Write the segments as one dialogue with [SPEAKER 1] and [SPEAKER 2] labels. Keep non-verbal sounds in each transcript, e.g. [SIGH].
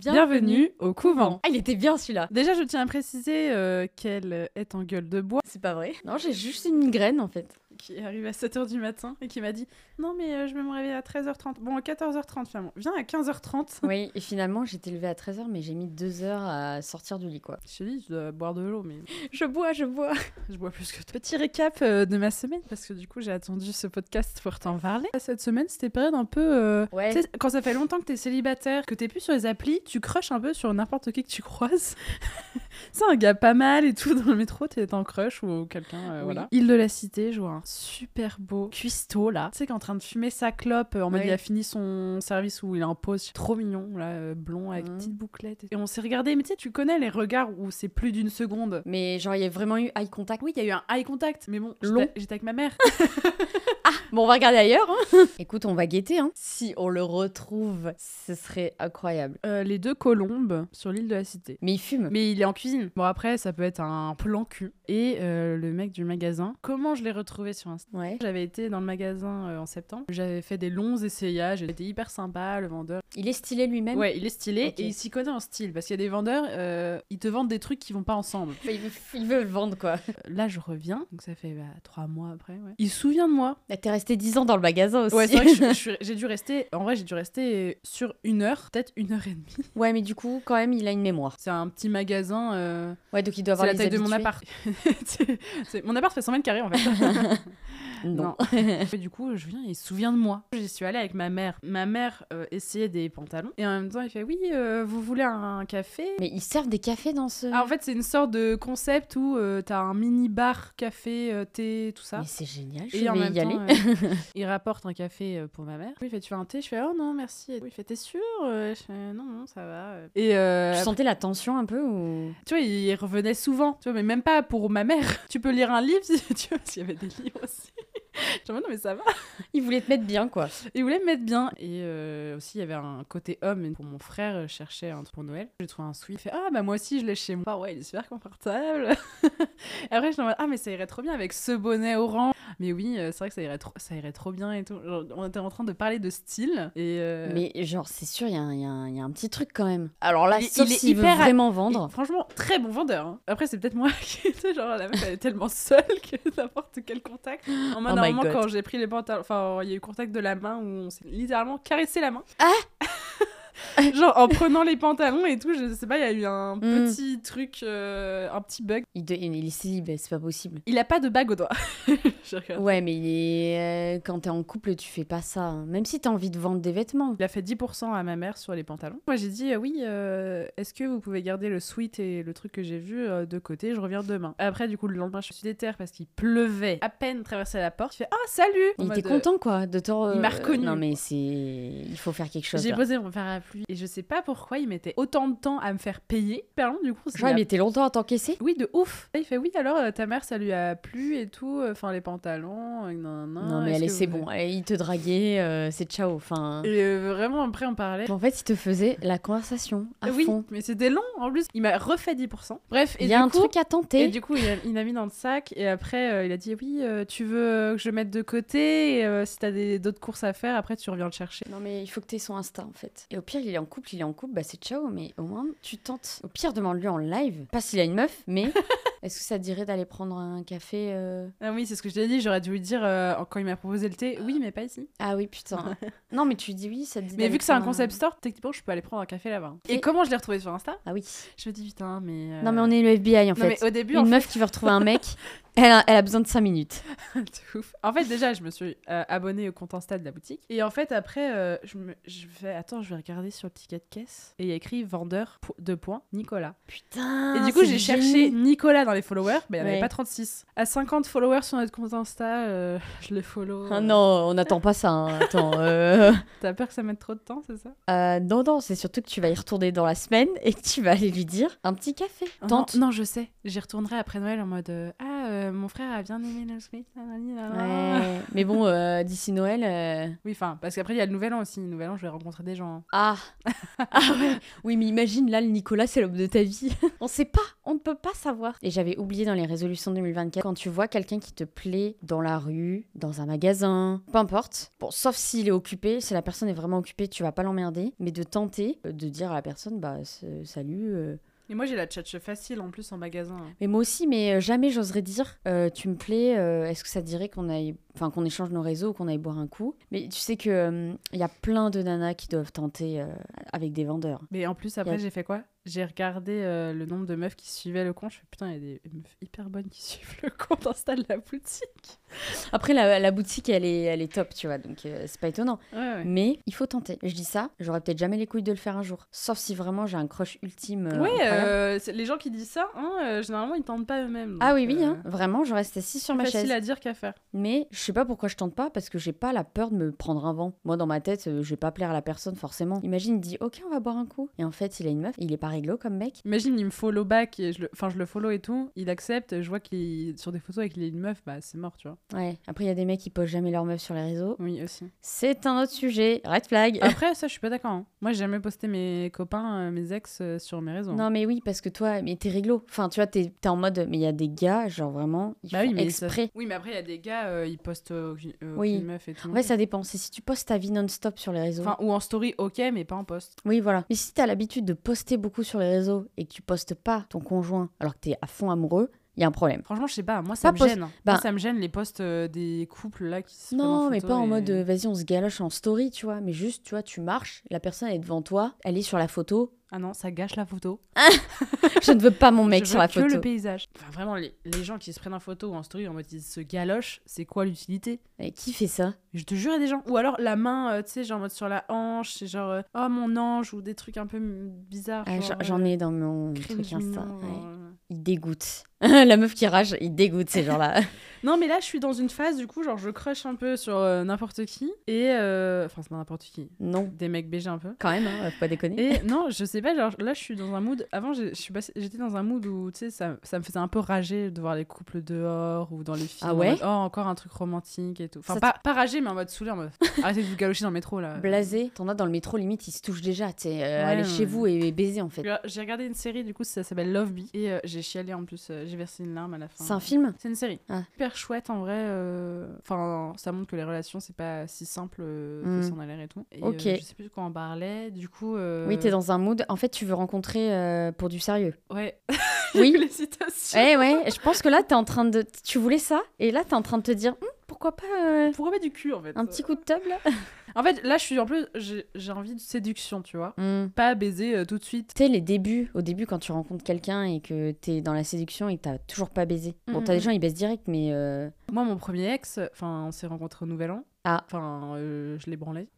[SPEAKER 1] Bienvenue au couvent.
[SPEAKER 2] Ah, il était bien celui-là.
[SPEAKER 1] Déjà, je tiens à préciser euh, qu'elle est en gueule de bois,
[SPEAKER 2] C'est pas vrai. Non, j'ai juste une migraine en fait.
[SPEAKER 1] qui est arrivée à 7h du matin et qui m'a dit Non, mais euh, je vais me réveiller à 13h30. Bon, à 14h30, finalement. Viens à 15h30.
[SPEAKER 2] [LAUGHS] Oui, et finalement, j'étais levée à 13h, mais j'ai mis deux heures à sortir du lit, quoi.
[SPEAKER 1] Je te dis, je dois boire de l'eau, mais
[SPEAKER 2] Je bois, je bois.
[SPEAKER 1] je bois plus que toi. Petit récap euh, de ma semaine, parce que du coup, j'ai attendu ce podcast pour t'en parler. Cette semaine, c'était une période un peu. euh,
[SPEAKER 2] Ouais.
[SPEAKER 1] tu sais, Quand ça fait longtemps que t'es célibataire, que t'es plus sur les applis, tu crushes un peu sur n'importe qui que tu croises. [LAUGHS] C'est un gars pas mal et tout dans le métro, t'es en crush ou quelqu'un, euh,
[SPEAKER 2] Oui.
[SPEAKER 1] voilà. Île de la Cité, je vois un super beau cuistot là. Tu sais, qui est en train de fumer sa clope, euh, en mode
[SPEAKER 2] Ouais.
[SPEAKER 1] il a fini son service ou il est en pause. Trop mignon, là, euh, blond avec
[SPEAKER 2] Mhm.
[SPEAKER 1] petite bouclette. Et on s'est regardé, mais tu sais, tu connais les regards où c'est plus d'une seconde.
[SPEAKER 2] Mais genre, il y a vraiment eu eye contact.
[SPEAKER 1] Oui, il y a eu un eye contact, mais bon,
[SPEAKER 2] Long.
[SPEAKER 1] j'étais- j'étais avec ma mère. [LAUGHS]
[SPEAKER 2] Bon, on va regarder ailleurs. hein. [LAUGHS] Écoute, on va guetter. Hein. Si on le retrouve, ce serait incroyable.
[SPEAKER 1] Euh, les deux colombes sur l'île de la Cité.
[SPEAKER 2] Mais il fume.
[SPEAKER 1] Mais il est en cuisine. Euh. Bon, après, ça peut être un plan cul. Et euh, le mec du magasin, comment je l'ai retrouvé sur Insta
[SPEAKER 2] Ouais.
[SPEAKER 1] J'avais été dans le magasin euh, en septembre. J'avais fait des longs essayages. J'étais hyper sympa, le vendeur.
[SPEAKER 2] Il est stylé lui-même.
[SPEAKER 1] Ouais, il est stylé
[SPEAKER 2] Ok.
[SPEAKER 1] et il s'y connaît en style. Parce qu'il y a des vendeurs, euh, ils te vendent des trucs qui vont pas ensemble.
[SPEAKER 2] Il veut, il veut le vendre, quoi.
[SPEAKER 1] Euh, Là, je reviens. Donc, ça fait bah, trois mois après. Ouais. Il se souvient de moi.
[SPEAKER 2] Là, Bah, T'es resté 10 ans dans le magasin aussi.
[SPEAKER 1] Ouais, c'est vrai [LAUGHS]
[SPEAKER 2] [LAUGHS]
[SPEAKER 1] que je- je suis- j'ai dû rester. En vrai, j'ai dû rester sur une heure, peut-être une heure et demie.
[SPEAKER 2] Ouais, mais du coup, quand même, il a une mémoire.
[SPEAKER 1] C'est un petit magasin. euh,
[SPEAKER 2] Ouais, donc il doit
[SPEAKER 1] C'est
[SPEAKER 2] avoir
[SPEAKER 1] la
[SPEAKER 2] les
[SPEAKER 1] taille de mon
[SPEAKER 2] habitués.
[SPEAKER 1] appart. [LAUGHS] C'est- c'est- mon appart fait 100 mètres carrés en fait. [LAUGHS]
[SPEAKER 2] [LAUGHS] Non.
[SPEAKER 1] Et du coup, je viens et il se souvient de moi. J'y suis allée avec ma mère. Ma mère euh, essayait des pantalons et en même temps, il fait Oui, euh, vous voulez un café
[SPEAKER 2] Mais ils servent des cafés dans ce.
[SPEAKER 1] Ah, En fait, c'est une sorte de concept où euh, t'as un mini bar, café, euh, thé, tout ça.
[SPEAKER 2] Mais c'est génial, je
[SPEAKER 1] Et en
[SPEAKER 2] vais
[SPEAKER 1] même
[SPEAKER 2] y aller.
[SPEAKER 1] temps,
[SPEAKER 2] [LAUGHS]
[SPEAKER 1] euh, il rapporte un café euh, pour ma mère. Oui, il fait tu veux un thé Je fais oh non merci. Oui, il fait t'es sûr Euh, Je fais non non ça va. Et euh,
[SPEAKER 2] Tu sentais la tension un peu ou...
[SPEAKER 1] tu vois il revenait souvent. Tu vois mais même pas pour ma mère. [LAUGHS] Tu peux lire un livre si tu veux parce qu'il y avait des livres aussi. [LAUGHS] Je me non mais ça va.
[SPEAKER 2] Il voulait te mettre bien, quoi.
[SPEAKER 1] Il voulait me mettre bien. Et euh, aussi, il y avait un côté homme. Et Pour mon frère, euh, cherchait un truc pour Noël. J'ai trouvé un sweat. Il fait Ah, bah moi aussi, je l'ai chez moi. Ah ouais, il est super confortable. [LAUGHS] et après, je suis en mode Ah, mais ça irait trop bien avec ce bonnet orange. Mais oui, euh, c'est vrai que ça irait, trop, ça irait trop bien et tout. Genre, on était en train de parler de style. Et euh,
[SPEAKER 2] Mais genre, c'est sûr, il y, a un- il y a un- il y a un petit truc quand même. Alors là,
[SPEAKER 1] Il est-
[SPEAKER 2] sauf
[SPEAKER 1] il est
[SPEAKER 2] s'il veut
[SPEAKER 1] hyper-
[SPEAKER 2] vraiment
[SPEAKER 1] et
[SPEAKER 2] vendre.
[SPEAKER 1] franchement, très bon vendeur. hein. Après, c'est peut-être moi [LAUGHS] qui étais genre la meuf, elle est tellement seule que [LAUGHS] n'importe quel contact. En mode,
[SPEAKER 2] Oh
[SPEAKER 1] à un
[SPEAKER 2] my
[SPEAKER 1] moment,
[SPEAKER 2] God.
[SPEAKER 1] quand j'ai pris les pantalons, enfin, il y a eu contact de la main où on s'est littéralement caressé la main.
[SPEAKER 2] Ah
[SPEAKER 1] [LAUGHS] Genre en prenant les pantalons et tout, je sais pas, il y a eu
[SPEAKER 2] Mm.
[SPEAKER 1] un petit truc, euh, un petit bug.
[SPEAKER 2] Il, de- il est célibataire, c'est pas possible.
[SPEAKER 1] Il a pas de bague au doigt. [LAUGHS] Je regarde.
[SPEAKER 2] Ouais, mais il est... euh, quand t'es en couple, tu fais pas ça. hein. Même si t'as envie de vendre des vêtements.
[SPEAKER 1] Il a fait 10% à ma mère sur les pantalons. Moi j'ai dit euh, oui, euh, est-ce que vous pouvez garder le sweat et le truc que j'ai vu euh, de côté, je reviens demain. Après du coup le lendemain je suis déterre parce qu'il pleuvait. À peine traversé la porte, il fait ah salut. En
[SPEAKER 2] Il était
[SPEAKER 1] mode, euh,
[SPEAKER 2] content, quoi, de te...
[SPEAKER 1] Il m'a
[SPEAKER 2] euh,
[SPEAKER 1] reconnu,
[SPEAKER 2] Non, mais
[SPEAKER 1] quoi.
[SPEAKER 2] c'est... Il faut faire quelque chose.
[SPEAKER 1] J'ai
[SPEAKER 2] là.
[SPEAKER 1] posé mon parapluie et je sais pas pourquoi il mettait autant de temps à me faire payer. Pardon, du coup, c'est
[SPEAKER 2] Genre,
[SPEAKER 1] la-
[SPEAKER 2] il était longtemps à t'encaisser
[SPEAKER 1] Oui, de ouf. Et il fait oui, alors euh, ta mère ça lui a plu et tout, euh, enfin les pantalons, euh, nan, nan,
[SPEAKER 2] Non, mais
[SPEAKER 1] est-ce
[SPEAKER 2] allez,
[SPEAKER 1] que
[SPEAKER 2] c'est
[SPEAKER 1] vous-
[SPEAKER 2] bon. Allez, il te draguait, euh, c'est ciao. Enfin...
[SPEAKER 1] Et euh, vraiment après on parlait.
[SPEAKER 2] En fait, il te faisait la conversation à
[SPEAKER 1] oui,
[SPEAKER 2] fond.
[SPEAKER 1] mais c'était long en plus. Il m'a refait 10%. Bref, et
[SPEAKER 2] Il y a
[SPEAKER 1] du
[SPEAKER 2] un
[SPEAKER 1] coup,
[SPEAKER 2] truc à
[SPEAKER 1] Et
[SPEAKER 2] tenter.
[SPEAKER 1] du coup, il a, il a mis dans le sac et après, euh, il a dit oui, euh, tu veux que je le mette de côté et euh, si t'as des- d'autres courses à faire, après tu reviens le chercher.
[SPEAKER 2] Non mais il faut que t'aies son Insta en fait. Et au pire, il est en couple, il est en couple, bah c'est ciao, mais au moins tu tentes. Au pire, demande-lui en live. Pas s'il a une meuf,
[SPEAKER 1] [LAUGHS]
[SPEAKER 2] mais est-ce que ça te dirait d'aller prendre un café euh
[SPEAKER 1] Ah oui, c'est ce que je t'ai dit. J'aurais dû lui dire euh, quand il m'a proposé le thé, oui, mais pas ici.
[SPEAKER 2] Ah oui, putain. non mais tu dis oui, ça te dit
[SPEAKER 1] Mais
[SPEAKER 2] d'aller
[SPEAKER 1] vu que c'est un
[SPEAKER 2] prendre
[SPEAKER 1] concept store, techniquement, je peux aller prendre un café là-bas. Et,
[SPEAKER 2] Et-
[SPEAKER 1] comment je l'ai retrouvé sur Insta
[SPEAKER 2] Ah oui.
[SPEAKER 1] Je me dis putain, mais. euh,
[SPEAKER 2] Non mais on est le FBI en
[SPEAKER 1] non, mais
[SPEAKER 2] fait.
[SPEAKER 1] au début, en
[SPEAKER 2] Une meuf qui veut retrouver un mec, [LAUGHS] elle a, elle a besoin de 5 minutes.
[SPEAKER 1] [LAUGHS] De ouf. En fait, déjà, je me suis euh, abonnée au compte Insta de la boutique. Et en fait, après, euh, je me je fais attends, je vais regarder sur le ticket de caisse. Et il y a écrit vendeur po- de points Nicolas.
[SPEAKER 2] Putain.
[SPEAKER 1] et Ah, du coup, j'ai cherché Nicolas dans les followers, mais il n'y en
[SPEAKER 2] Ouais.
[SPEAKER 1] avait pas 36. À 50 followers sur notre compte Insta, euh, je le follow.
[SPEAKER 2] Ah non, on n'attend pas ça. hein. Attends. euh. [LAUGHS]
[SPEAKER 1] T'as peur que ça mette trop de temps, c'est ça
[SPEAKER 2] Euh, non, non, c'est surtout que tu vas y retourner dans la semaine et que tu vas aller lui dire un petit café.
[SPEAKER 1] Uh-huh.
[SPEAKER 2] Tente.
[SPEAKER 1] Ah Non, non, je sais. J'y retournerai après Noël en mode euh, Ah, euh, mon frère a bien aimé le sweat. nanani,
[SPEAKER 2] Ah.
[SPEAKER 1] nanana.
[SPEAKER 2] Ouais. Mais bon, euh, d'ici Noël. euh,
[SPEAKER 1] Oui, enfin, parce qu'après, il y a le nouvel an aussi. Le nouvel an, je vais rencontrer des gens. hein.
[SPEAKER 2] [LAUGHS] Ah. [LAUGHS] ah ouais. Oui, mais imagine là, le Nicolas, c'est l'homme de ta vie. on sait pas, on ne peut pas savoir. Et j'avais oublié dans les résolutions 2024. Quand tu vois quelqu'un qui te plaît dans la rue, dans un magasin, peu importe. Bon, sauf s'il est occupé, si la personne est vraiment occupée, tu vas pas l'emmerder. Mais de tenter euh, de dire à la personne, bah, ce- salut. euh.
[SPEAKER 1] Et moi, j'ai la tchatche facile en plus en magasin. hein.
[SPEAKER 2] Mais moi aussi, mais euh, jamais j'oserais dire, euh, tu me plais, euh, est-ce que ça te dirait qu'on aille, enfin, qu'on échange nos réseaux, qu'on aille boire un coup Mais tu sais que euh, il y a plein de nanas qui doivent tenter euh, avec des vendeurs.
[SPEAKER 1] Mais en plus, après,
[SPEAKER 2] Y a-
[SPEAKER 1] j'ai fait quoi J'ai regardé euh, le nombre de meufs qui suivaient le compte. Je fais putain, il y a des meufs hyper bonnes qui [LAUGHS] suivent le compte Insta de la boutique.
[SPEAKER 2] Après, la, la boutique, elle est, elle est top, tu vois, donc euh, c'est pas étonnant.
[SPEAKER 1] Ouais, ouais.
[SPEAKER 2] Mais il faut tenter. Je dis ça, j'aurais peut-être jamais les couilles de le faire un jour. Sauf si vraiment j'ai un crush ultime. euh,
[SPEAKER 1] ouais,
[SPEAKER 2] incroyable.
[SPEAKER 1] euh, c'est- les gens qui disent ça, hein, euh, généralement, ils tentent pas eux-mêmes.
[SPEAKER 2] Ah
[SPEAKER 1] donc,
[SPEAKER 2] oui, oui,
[SPEAKER 1] euh,
[SPEAKER 2] hein. vraiment, je reste assise sur ma
[SPEAKER 1] Facile
[SPEAKER 2] chaise.
[SPEAKER 1] à dire qu'à faire.
[SPEAKER 2] Mais je sais pas pourquoi je tente pas, parce que j'ai pas la peur de me prendre un vent. Moi, dans ma tête, euh, je vais pas plaire à la personne, forcément. Imagine, il dit, ok, on va boire un coup. Et en fait, il a une meuf, il est pas réglo comme mec.
[SPEAKER 1] Imagine, il me follow back, et je le... enfin, je le follow et tout. Il accepte, je vois qu'il sur des photos et qu'il est une meuf, bah c'est mort, tu vois.
[SPEAKER 2] Ouais, après, il y a des mecs qui postent jamais leurs meufs sur les réseaux.
[SPEAKER 1] Oui, aussi.
[SPEAKER 2] C'est un autre sujet, red flag.
[SPEAKER 1] Après, ça, je suis pas d'accord. hein. Moi, j'ai jamais posté mes copains, euh, mes ex euh, sur mes réseaux.
[SPEAKER 2] [LAUGHS] Non mais oui parce que toi mais t'es réglo. Enfin tu vois t'es t'es en mode mais il y a des gars genre vraiment ils
[SPEAKER 1] Bah oui,
[SPEAKER 2] font
[SPEAKER 1] mais ça-
[SPEAKER 2] exprès.
[SPEAKER 1] Oui, mais après, il y a des gars, euh, ils postent euh, aucune, euh,
[SPEAKER 2] Oui.
[SPEAKER 1] aucune meuf et tout.
[SPEAKER 2] En fait ça dépend. C'est si tu postes ta vie non-stop sur les réseaux.
[SPEAKER 1] Enfin, ou en story, ok, mais pas en post.
[SPEAKER 2] Oui, voilà. Mais si t'as l'habitude de poster beaucoup sur les réseaux et que tu postes pas ton conjoint alors que t'es à fond amoureux, il y a un problème.
[SPEAKER 1] Franchement, je sais pas, moi ça
[SPEAKER 2] Pas
[SPEAKER 1] me
[SPEAKER 2] post-
[SPEAKER 1] gêne. hein.
[SPEAKER 2] Bah-
[SPEAKER 1] Moi, ça me gêne les posts euh, des couples là qui se prennent
[SPEAKER 2] Non,
[SPEAKER 1] en
[SPEAKER 2] mais
[SPEAKER 1] photo
[SPEAKER 2] pas en
[SPEAKER 1] et-
[SPEAKER 2] mode euh, vas-y, on se galoche en story, tu vois. Mais juste, tu vois, tu marches, la personne est devant toi, elle est sur la photo.
[SPEAKER 1] Ah non, ça gâche la photo.
[SPEAKER 2] [LAUGHS] Je ne veux pas mon mec
[SPEAKER 1] Je
[SPEAKER 2] sur
[SPEAKER 1] veux
[SPEAKER 2] la
[SPEAKER 1] que
[SPEAKER 2] photo.
[SPEAKER 1] le paysage. Enfin, vraiment, les, les gens qui se prennent en photo ou en story en mode ils se galochent, c'est quoi l'utilité
[SPEAKER 2] Mais qui fait ça
[SPEAKER 1] Je te jure, il y a des gens. Ou alors la main, euh, tu sais, genre en mode sur la hanche, c'est genre euh, oh mon ange, ou des trucs un peu mm, bizarres.
[SPEAKER 2] Ah, j'en-
[SPEAKER 1] genre,
[SPEAKER 2] J'en
[SPEAKER 1] euh,
[SPEAKER 2] ai dans mon
[SPEAKER 1] cringe
[SPEAKER 2] truc Insta.
[SPEAKER 1] mignon,
[SPEAKER 2] ouais.
[SPEAKER 1] genre, euh.
[SPEAKER 2] Il dégoûte. [LAUGHS] la meuf qui rage, il dégoûte ces [LAUGHS] gens-là.
[SPEAKER 1] Non, mais là, je suis dans une phase, du coup, genre, je crush un peu sur euh, n'importe qui. Et. euh, Enfin, c'est pas n'importe qui.
[SPEAKER 2] non,
[SPEAKER 1] Des mecs BG un peu.
[SPEAKER 2] quand même, hein, faut pas déconner. [LAUGHS]
[SPEAKER 1] Et non, je sais pas, genre, là, je suis dans un mood. Avant, j'ai- je suis passée- j'étais dans un mood où, tu sais, ça, ça me faisait un peu rager de voir les couples dehors ou dans les films.
[SPEAKER 2] Ah
[SPEAKER 1] en
[SPEAKER 2] ouais
[SPEAKER 1] mode, Oh, encore un truc romantique et tout. Enfin,
[SPEAKER 2] Ça
[SPEAKER 1] pas, pas rager, mais en mode saoulé, en
[SPEAKER 2] [LAUGHS]
[SPEAKER 1] mode. Arrêtez de vous galocher dans le métro, là.
[SPEAKER 2] Euh, Blasé, t'en as dans le métro, limite, ils se touchent déjà. T'es euh,
[SPEAKER 1] Ouais,
[SPEAKER 2] allez
[SPEAKER 1] ouais.
[SPEAKER 2] chez vous et baiser en fait.
[SPEAKER 1] J'ai regardé une série, du coup, ça s'appelle Love Bee. Et euh, j'ai chialé en plus, euh, j'ai versé une larme à la fin.
[SPEAKER 2] C'est un film
[SPEAKER 1] C'est une série.
[SPEAKER 2] Ah.
[SPEAKER 1] Hyper chouette en vrai. euh, Enfin, ça montre que les relations, c'est pas si simple euh,
[SPEAKER 2] Mm.
[SPEAKER 1] que s'en a l'air et tout. Et,
[SPEAKER 2] Ok.
[SPEAKER 1] euh, je sais plus de quoi on parlait. Du coup. euh,
[SPEAKER 2] Oui, t'es dans un mood. En fait, tu veux rencontrer euh, pour du sérieux.
[SPEAKER 1] Ouais.
[SPEAKER 2] Oui.
[SPEAKER 1] [LAUGHS] les citations.
[SPEAKER 2] Eh ouais, je pense que là, t'es en train de. Tu voulais ça, et là, t'es en train de te dire Hum, pourquoi pas euh,
[SPEAKER 1] Pourquoi pas du cul en fait
[SPEAKER 2] un petit coup de table
[SPEAKER 1] En fait, là, je suis en plus. J'ai j'ai envie de séduction, tu vois. Pas baiser euh, tout de suite.
[SPEAKER 2] Hum. Tu sais, les débuts, au début, quand tu rencontres quelqu'un et que t'es dans la séduction et que t'as toujours pas baisé. Bon,
[SPEAKER 1] Mm,
[SPEAKER 2] t'as des
[SPEAKER 1] mm.
[SPEAKER 2] gens, ils baissent direct, mais. euh,
[SPEAKER 1] Moi, mon premier ex, enfin, on s'est rencontrés au Nouvel An.
[SPEAKER 2] Ah.
[SPEAKER 1] Enfin, euh, je l'ai branlé.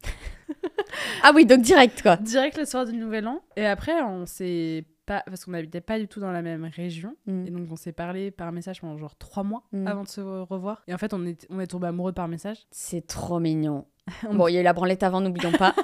[SPEAKER 2] Ah oui, donc direct, quoi.
[SPEAKER 1] Direct le soir du Nouvel An. Et après, on s'est pas. Parce qu'on n'habitait pas du tout dans la même région.
[SPEAKER 2] Mm.
[SPEAKER 1] Et donc on s'est parlé par message pendant genre trois mois
[SPEAKER 2] Mm.
[SPEAKER 1] avant de se re- revoir. Et en fait, on est, on est tombé amoureux par message.
[SPEAKER 2] C'est trop [LAUGHS] mignon. bon, il y a eu la branlette avant, n'oublions [LAUGHS] pas.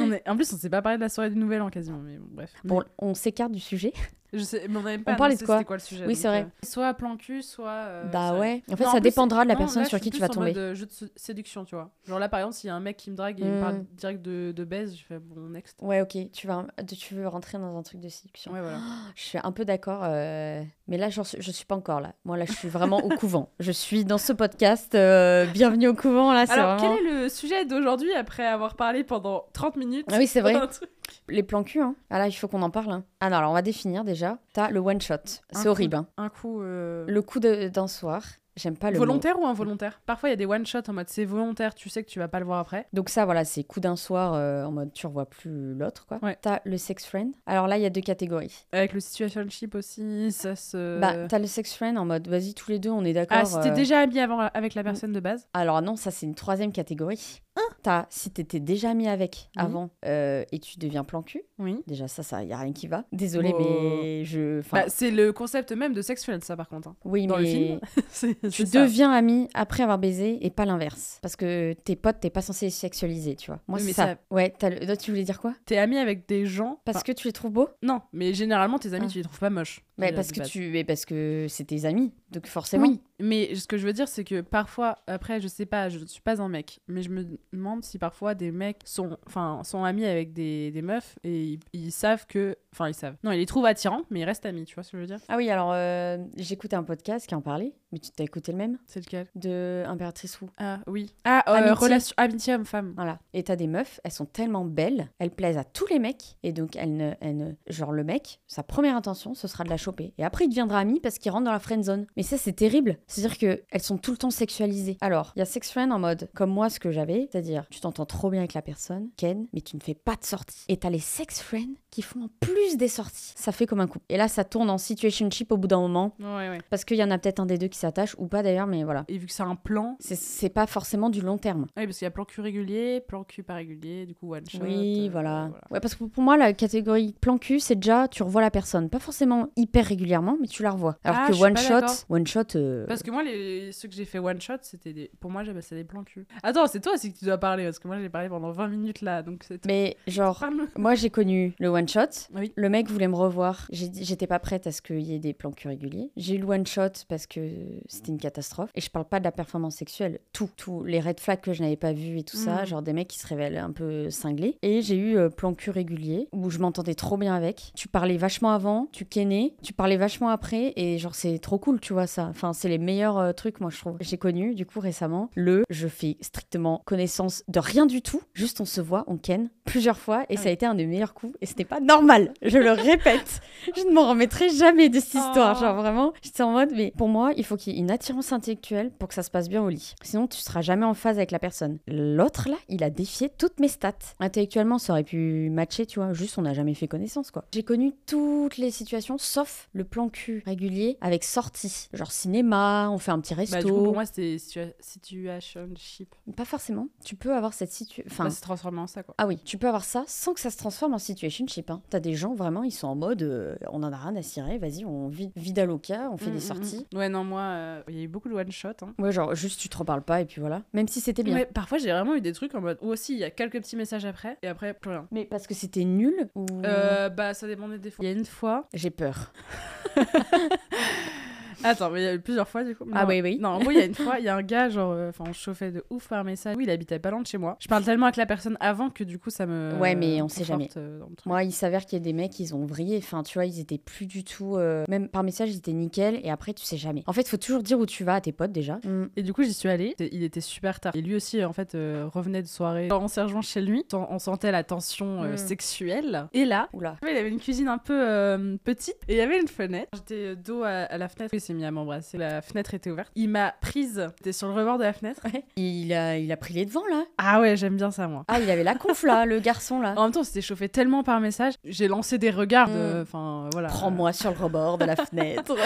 [SPEAKER 1] On est- En plus, on s'est pas parlé de la soirée du Nouvel An quasiment, mais bon, bref.
[SPEAKER 2] bon, on s'écarte du sujet.
[SPEAKER 1] Mais je sais, mais on n'avait pas
[SPEAKER 2] on parlait de
[SPEAKER 1] annoncé
[SPEAKER 2] quoi
[SPEAKER 1] c'était quoi le sujet.
[SPEAKER 2] Oui,
[SPEAKER 1] donc,
[SPEAKER 2] c'est vrai.
[SPEAKER 1] euh, soit plan cul, soit. euh,
[SPEAKER 2] bah
[SPEAKER 1] ça-
[SPEAKER 2] ouais. En fait,
[SPEAKER 1] Non, en
[SPEAKER 2] ça
[SPEAKER 1] plus,
[SPEAKER 2] dépendra de la
[SPEAKER 1] non,
[SPEAKER 2] personne
[SPEAKER 1] là, je
[SPEAKER 2] sur
[SPEAKER 1] suis
[SPEAKER 2] qui tu
[SPEAKER 1] plus
[SPEAKER 2] vas
[SPEAKER 1] en mode,
[SPEAKER 2] tomber.
[SPEAKER 1] euh, jeu de sé- séduction, tu vois. Genre là, par exemple, s'il y a un mec qui me drague et il me
[SPEAKER 2] Mm.
[SPEAKER 1] parle direct de, de baise, je fais bon, next.
[SPEAKER 2] Ouais, ok. Tu, vas, tu veux rentrer dans un truc de séduction.
[SPEAKER 1] Ouais, voilà.
[SPEAKER 2] Je suis un peu d'accord, euh, mais là, j'en suis- je suis pas encore là. Moi, là, je suis vraiment au
[SPEAKER 1] [LAUGHS]
[SPEAKER 2] couvent. Je suis dans ce podcast. euh, bienvenue au couvent, là, c'est
[SPEAKER 1] Ah, Alors,
[SPEAKER 2] vraiment...
[SPEAKER 1] quel est le sujet d'aujourd'hui après avoir parlé pendant 30 minutes
[SPEAKER 2] Ah oui, c'est
[SPEAKER 1] [LAUGHS]
[SPEAKER 2] vrai.
[SPEAKER 1] d'un truc
[SPEAKER 2] Les plans cul, hein. Ah là, il faut qu'on en parle. hein. Ah non, alors on va définir déjà. T'as le one shot. C'est
[SPEAKER 1] coup.
[SPEAKER 2] horrible. hein.
[SPEAKER 1] Un coup. euh,
[SPEAKER 2] Le coup de- d'un soir. J'aime pas le mot.
[SPEAKER 1] Volontaire ou involontaire Parfois, il y a des one-shots en mode c'est volontaire, tu sais que tu vas pas le voir après.
[SPEAKER 2] Donc ça, voilà, c'est coup d'un soir euh, en mode tu revois plus l'autre, quoi.
[SPEAKER 1] Ouais.
[SPEAKER 2] T'as le sex friend. Alors là, il y a deux catégories.
[SPEAKER 1] Avec le situationship aussi, ça se.
[SPEAKER 2] Bah, t'as le sex friend en mode vas-y, tous les deux, on est d'accord.
[SPEAKER 1] Euh. ah, si t'es
[SPEAKER 2] euh, Mm.
[SPEAKER 1] déjà ami avant avec la personne de base.
[SPEAKER 2] Alors non, ça c'est une troisième catégorie.
[SPEAKER 1] Hein
[SPEAKER 2] T'as si t'étais déjà mis avec
[SPEAKER 1] Oui.
[SPEAKER 2] avant euh, et tu deviens plan cul.
[SPEAKER 1] Oui.
[SPEAKER 2] Déjà ça, ça y a rien qui va. Désolée,
[SPEAKER 1] Wow.
[SPEAKER 2] mais je. enfin,
[SPEAKER 1] Bah, c'est le concept même de sexuel, ça, par contre. hein. [LAUGHS]
[SPEAKER 2] oui,
[SPEAKER 1] dans le
[SPEAKER 2] mais
[SPEAKER 1] film, C'est-
[SPEAKER 2] tu
[SPEAKER 1] c'est ça.
[SPEAKER 2] deviens ami après avoir baisé et pas l'inverse. Parce que tes potes, t'es pas censé les sexualiser, tu vois. Moi
[SPEAKER 1] Oui,
[SPEAKER 2] c'est
[SPEAKER 1] mais
[SPEAKER 2] ça.
[SPEAKER 1] ça-
[SPEAKER 2] Ouais, t'as le... toi, tu voulais dire quoi
[SPEAKER 1] T'es ami avec des gens.
[SPEAKER 2] Parce
[SPEAKER 1] enfin,
[SPEAKER 2] que tu les trouves beaux.
[SPEAKER 1] Non, mais généralement, tes amis,
[SPEAKER 2] Ah.
[SPEAKER 1] tu les trouves pas moches.
[SPEAKER 2] Mais
[SPEAKER 1] déjà,
[SPEAKER 2] parce
[SPEAKER 1] de
[SPEAKER 2] que
[SPEAKER 1] base.
[SPEAKER 2] tu, mais parce que c'est tes amis, donc forcément.
[SPEAKER 1] Oui. Mais ce que je veux dire, c'est que parfois, après, je sais pas, je ne suis pas un mec, mais je me demande si parfois des mecs sont, enfin, sont amis avec des, des meufs et ils, ils savent que. Enfin, ils savent. Non, ils les trouvent attirants, mais ils restent amis, tu vois ce que je veux dire
[SPEAKER 2] Ah oui, alors euh, j'écoutais un podcast qui en parlait, mais tu t'as écouté le même
[SPEAKER 1] C'est lequel
[SPEAKER 2] De Impératrice Wu.
[SPEAKER 1] Ah, oui. Ah, euh,
[SPEAKER 2] Amitié.
[SPEAKER 1] relation, amitié homme-femme.
[SPEAKER 2] Voilà. Et t'as des meufs, elles sont tellement belles, elles plaisent à tous les mecs. Et donc, elles ne, elles ne- Genre, le mec, sa première intention, ce sera de la choper. Et après, il deviendra ami parce qu'il rentre dans la friend zone. Mais ça, c'est terrible. C'est-à-dire que elles sont tout le temps sexualisées. Alors, il y a sex friend en mode, comme moi, ce que j'avais, c'est-à-dire, tu t'entends trop bien avec la personne, Ken, mais tu ne fais pas de sortie. Et t'as les sex friends qui font en plus des sorties. Ça fait comme un couple. Et là, ça tourne en situationship au bout d'un moment.
[SPEAKER 1] Ouais, ouais.
[SPEAKER 2] Parce qu'il y en a peut-être un des deux qui s'attache, ou pas d'ailleurs, mais voilà.
[SPEAKER 1] Et vu que c'est un plan.
[SPEAKER 2] C'est- C'est pas forcément du long terme.
[SPEAKER 1] Oui, parce qu'il y a plan cul régulier, plan cul pas régulier, du coup one shot.
[SPEAKER 2] Oui,
[SPEAKER 1] euh,
[SPEAKER 2] voilà. Ouais, parce que pour moi, la catégorie plan cul, c'est déjà tu revois la personne, pas forcément hyper régulièrement, mais tu la revois. Alors
[SPEAKER 1] Ah,
[SPEAKER 2] que
[SPEAKER 1] je suis
[SPEAKER 2] one
[SPEAKER 1] pas
[SPEAKER 2] shot,
[SPEAKER 1] d'accord.
[SPEAKER 2] one shot, euh,
[SPEAKER 1] Parce que moi, les... ceux que j'ai fait one shot, c'était des. Pour moi, j'appelle ça des plans cul. Attends, c'est toi aussi que tu dois parler, parce que moi, j'ai parlé pendant 20 minutes là, donc c'est.
[SPEAKER 2] mais genre,
[SPEAKER 1] Parle-nous. Bah,
[SPEAKER 2] moi j'ai connu le one shot.
[SPEAKER 1] Oui.
[SPEAKER 2] Le mec voulait me revoir. J'ai dit- J'étais pas prête à ce qu'il y ait des plans cul réguliers. J'ai eu le one shot parce que c'était une catastrophe. Et je parle pas de la performance sexuelle. Tout, tout. Les red flags que je n'avais pas vus et tout ça.
[SPEAKER 1] Mhm.
[SPEAKER 2] Genre des mecs qui se révèlent un peu cinglés. Et j'ai eu euh, plan cul régulier où je m'entendais trop bien avec. Tu parlais vachement avant, tu kennais, tu parlais vachement après. Et genre c'est trop cool, tu vois ça. Enfin, c'est les meilleurs euh, trucs, moi je trouve. J'ai connu, du coup, récemment, le je fais strictement connaissance de rien du tout. Juste on se voit, on ken plusieurs fois. Et
[SPEAKER 1] Ah
[SPEAKER 2] ça a été un des meilleurs coups. Et c'était pas normal. Je le répète. Je ne m'en remettrai jamais de cette histoire.
[SPEAKER 1] Oh.
[SPEAKER 2] Genre vraiment, j'étais en mode, mais pour moi, il faut qu'il y ait une attirance intellectuelle pour que ça se passe bien au lit. Sinon, tu seras jamais en phase avec la personne. L'autre, là, il a défié toutes mes stats. Intellectuellement, ça aurait pu matcher, tu vois. Juste, on n'a jamais fait connaissance, quoi. J'ai connu toutes les situations, sauf le plan cul régulier avec sortie. Genre cinéma, on fait un petit resto.
[SPEAKER 1] Bah, du coup, pour moi, c'était situa- situationship.
[SPEAKER 2] Pas forcément. Tu peux avoir cette situation. Enfin,
[SPEAKER 1] Enfin, c'est transformé en ça, quoi.
[SPEAKER 2] ah oui, tu peux avoir ça sans que ça se transforme en situationship. Hein. T'as des gens vraiment, ils sont en mode, euh, on en a rien à cirer, vas-y, on vide, vide à l'oca, on fait
[SPEAKER 1] Mm,
[SPEAKER 2] des
[SPEAKER 1] mm,
[SPEAKER 2] sorties.
[SPEAKER 1] mm. Ouais, non, moi, euh, il y a eu beaucoup de one shot. Hein.
[SPEAKER 2] Ouais, genre juste tu te reparles pas et puis voilà. Même si c'était bien.
[SPEAKER 1] Ouais, parfois, j'ai vraiment eu des trucs en mode. Ou aussi, il y a quelques petits messages après, et après, plus rien.
[SPEAKER 2] Mais parce que c'était nul ou
[SPEAKER 1] Euh, bah, ça dépendait des fois. Il y a une fois,
[SPEAKER 2] j'ai peur.
[SPEAKER 1] Attends, mais il y a eu plusieurs fois du coup.
[SPEAKER 2] Ah
[SPEAKER 1] Non.
[SPEAKER 2] oui, oui.
[SPEAKER 1] Non, en gros, il y a une fois, il y a un gars, genre, euh, enfin, on se chauffait de ouf par message. Oui, il habitait pas loin de chez moi. Je parle tellement avec la personne avant que du coup, ça me.
[SPEAKER 2] Ouais, mais on sait
[SPEAKER 1] conforte,
[SPEAKER 2] jamais.
[SPEAKER 1] euh, dans le truc.
[SPEAKER 2] Moi, il s'avère qu'il y a des mecs, ils ont vrillé. Enfin, tu vois, ils étaient plus du tout. euh, Même par message, ils étaient nickel. Et après, tu sais jamais. En fait, faut toujours dire où tu vas à tes potes déjà.
[SPEAKER 1] Et du coup, j'y suis allée. Et Il était super tard. Et lui aussi, en fait, euh, revenait de soirée. Genre, on s'est rejoint chez lui. On on sentait la tension euh,
[SPEAKER 2] Mm.
[SPEAKER 1] sexuelle. Et là,
[SPEAKER 2] Oula.
[SPEAKER 1] il avait une cuisine un peu euh, petite et il y avait une fenêtre. J'étais euh, dos à, à la fenêtre. Il s'est mis à m'embrasser. La fenêtre était ouverte. Il m'a prise. J'étais sur le rebord de la fenêtre.
[SPEAKER 2] Il a, il a pris les devants là.
[SPEAKER 1] Ah ouais, j'aime bien ça, moi.
[SPEAKER 2] Ah, il avait la conf là, le garçon
[SPEAKER 1] [LAUGHS]
[SPEAKER 2] là.
[SPEAKER 1] En même temps, on s'était chauffé tellement par message, j'ai lancé des regards. de-
[SPEAKER 2] Mm.
[SPEAKER 1] Enfin, voilà.
[SPEAKER 2] Prends-moi sur le rebord de la
[SPEAKER 1] [LAUGHS]
[SPEAKER 2] fenêtre.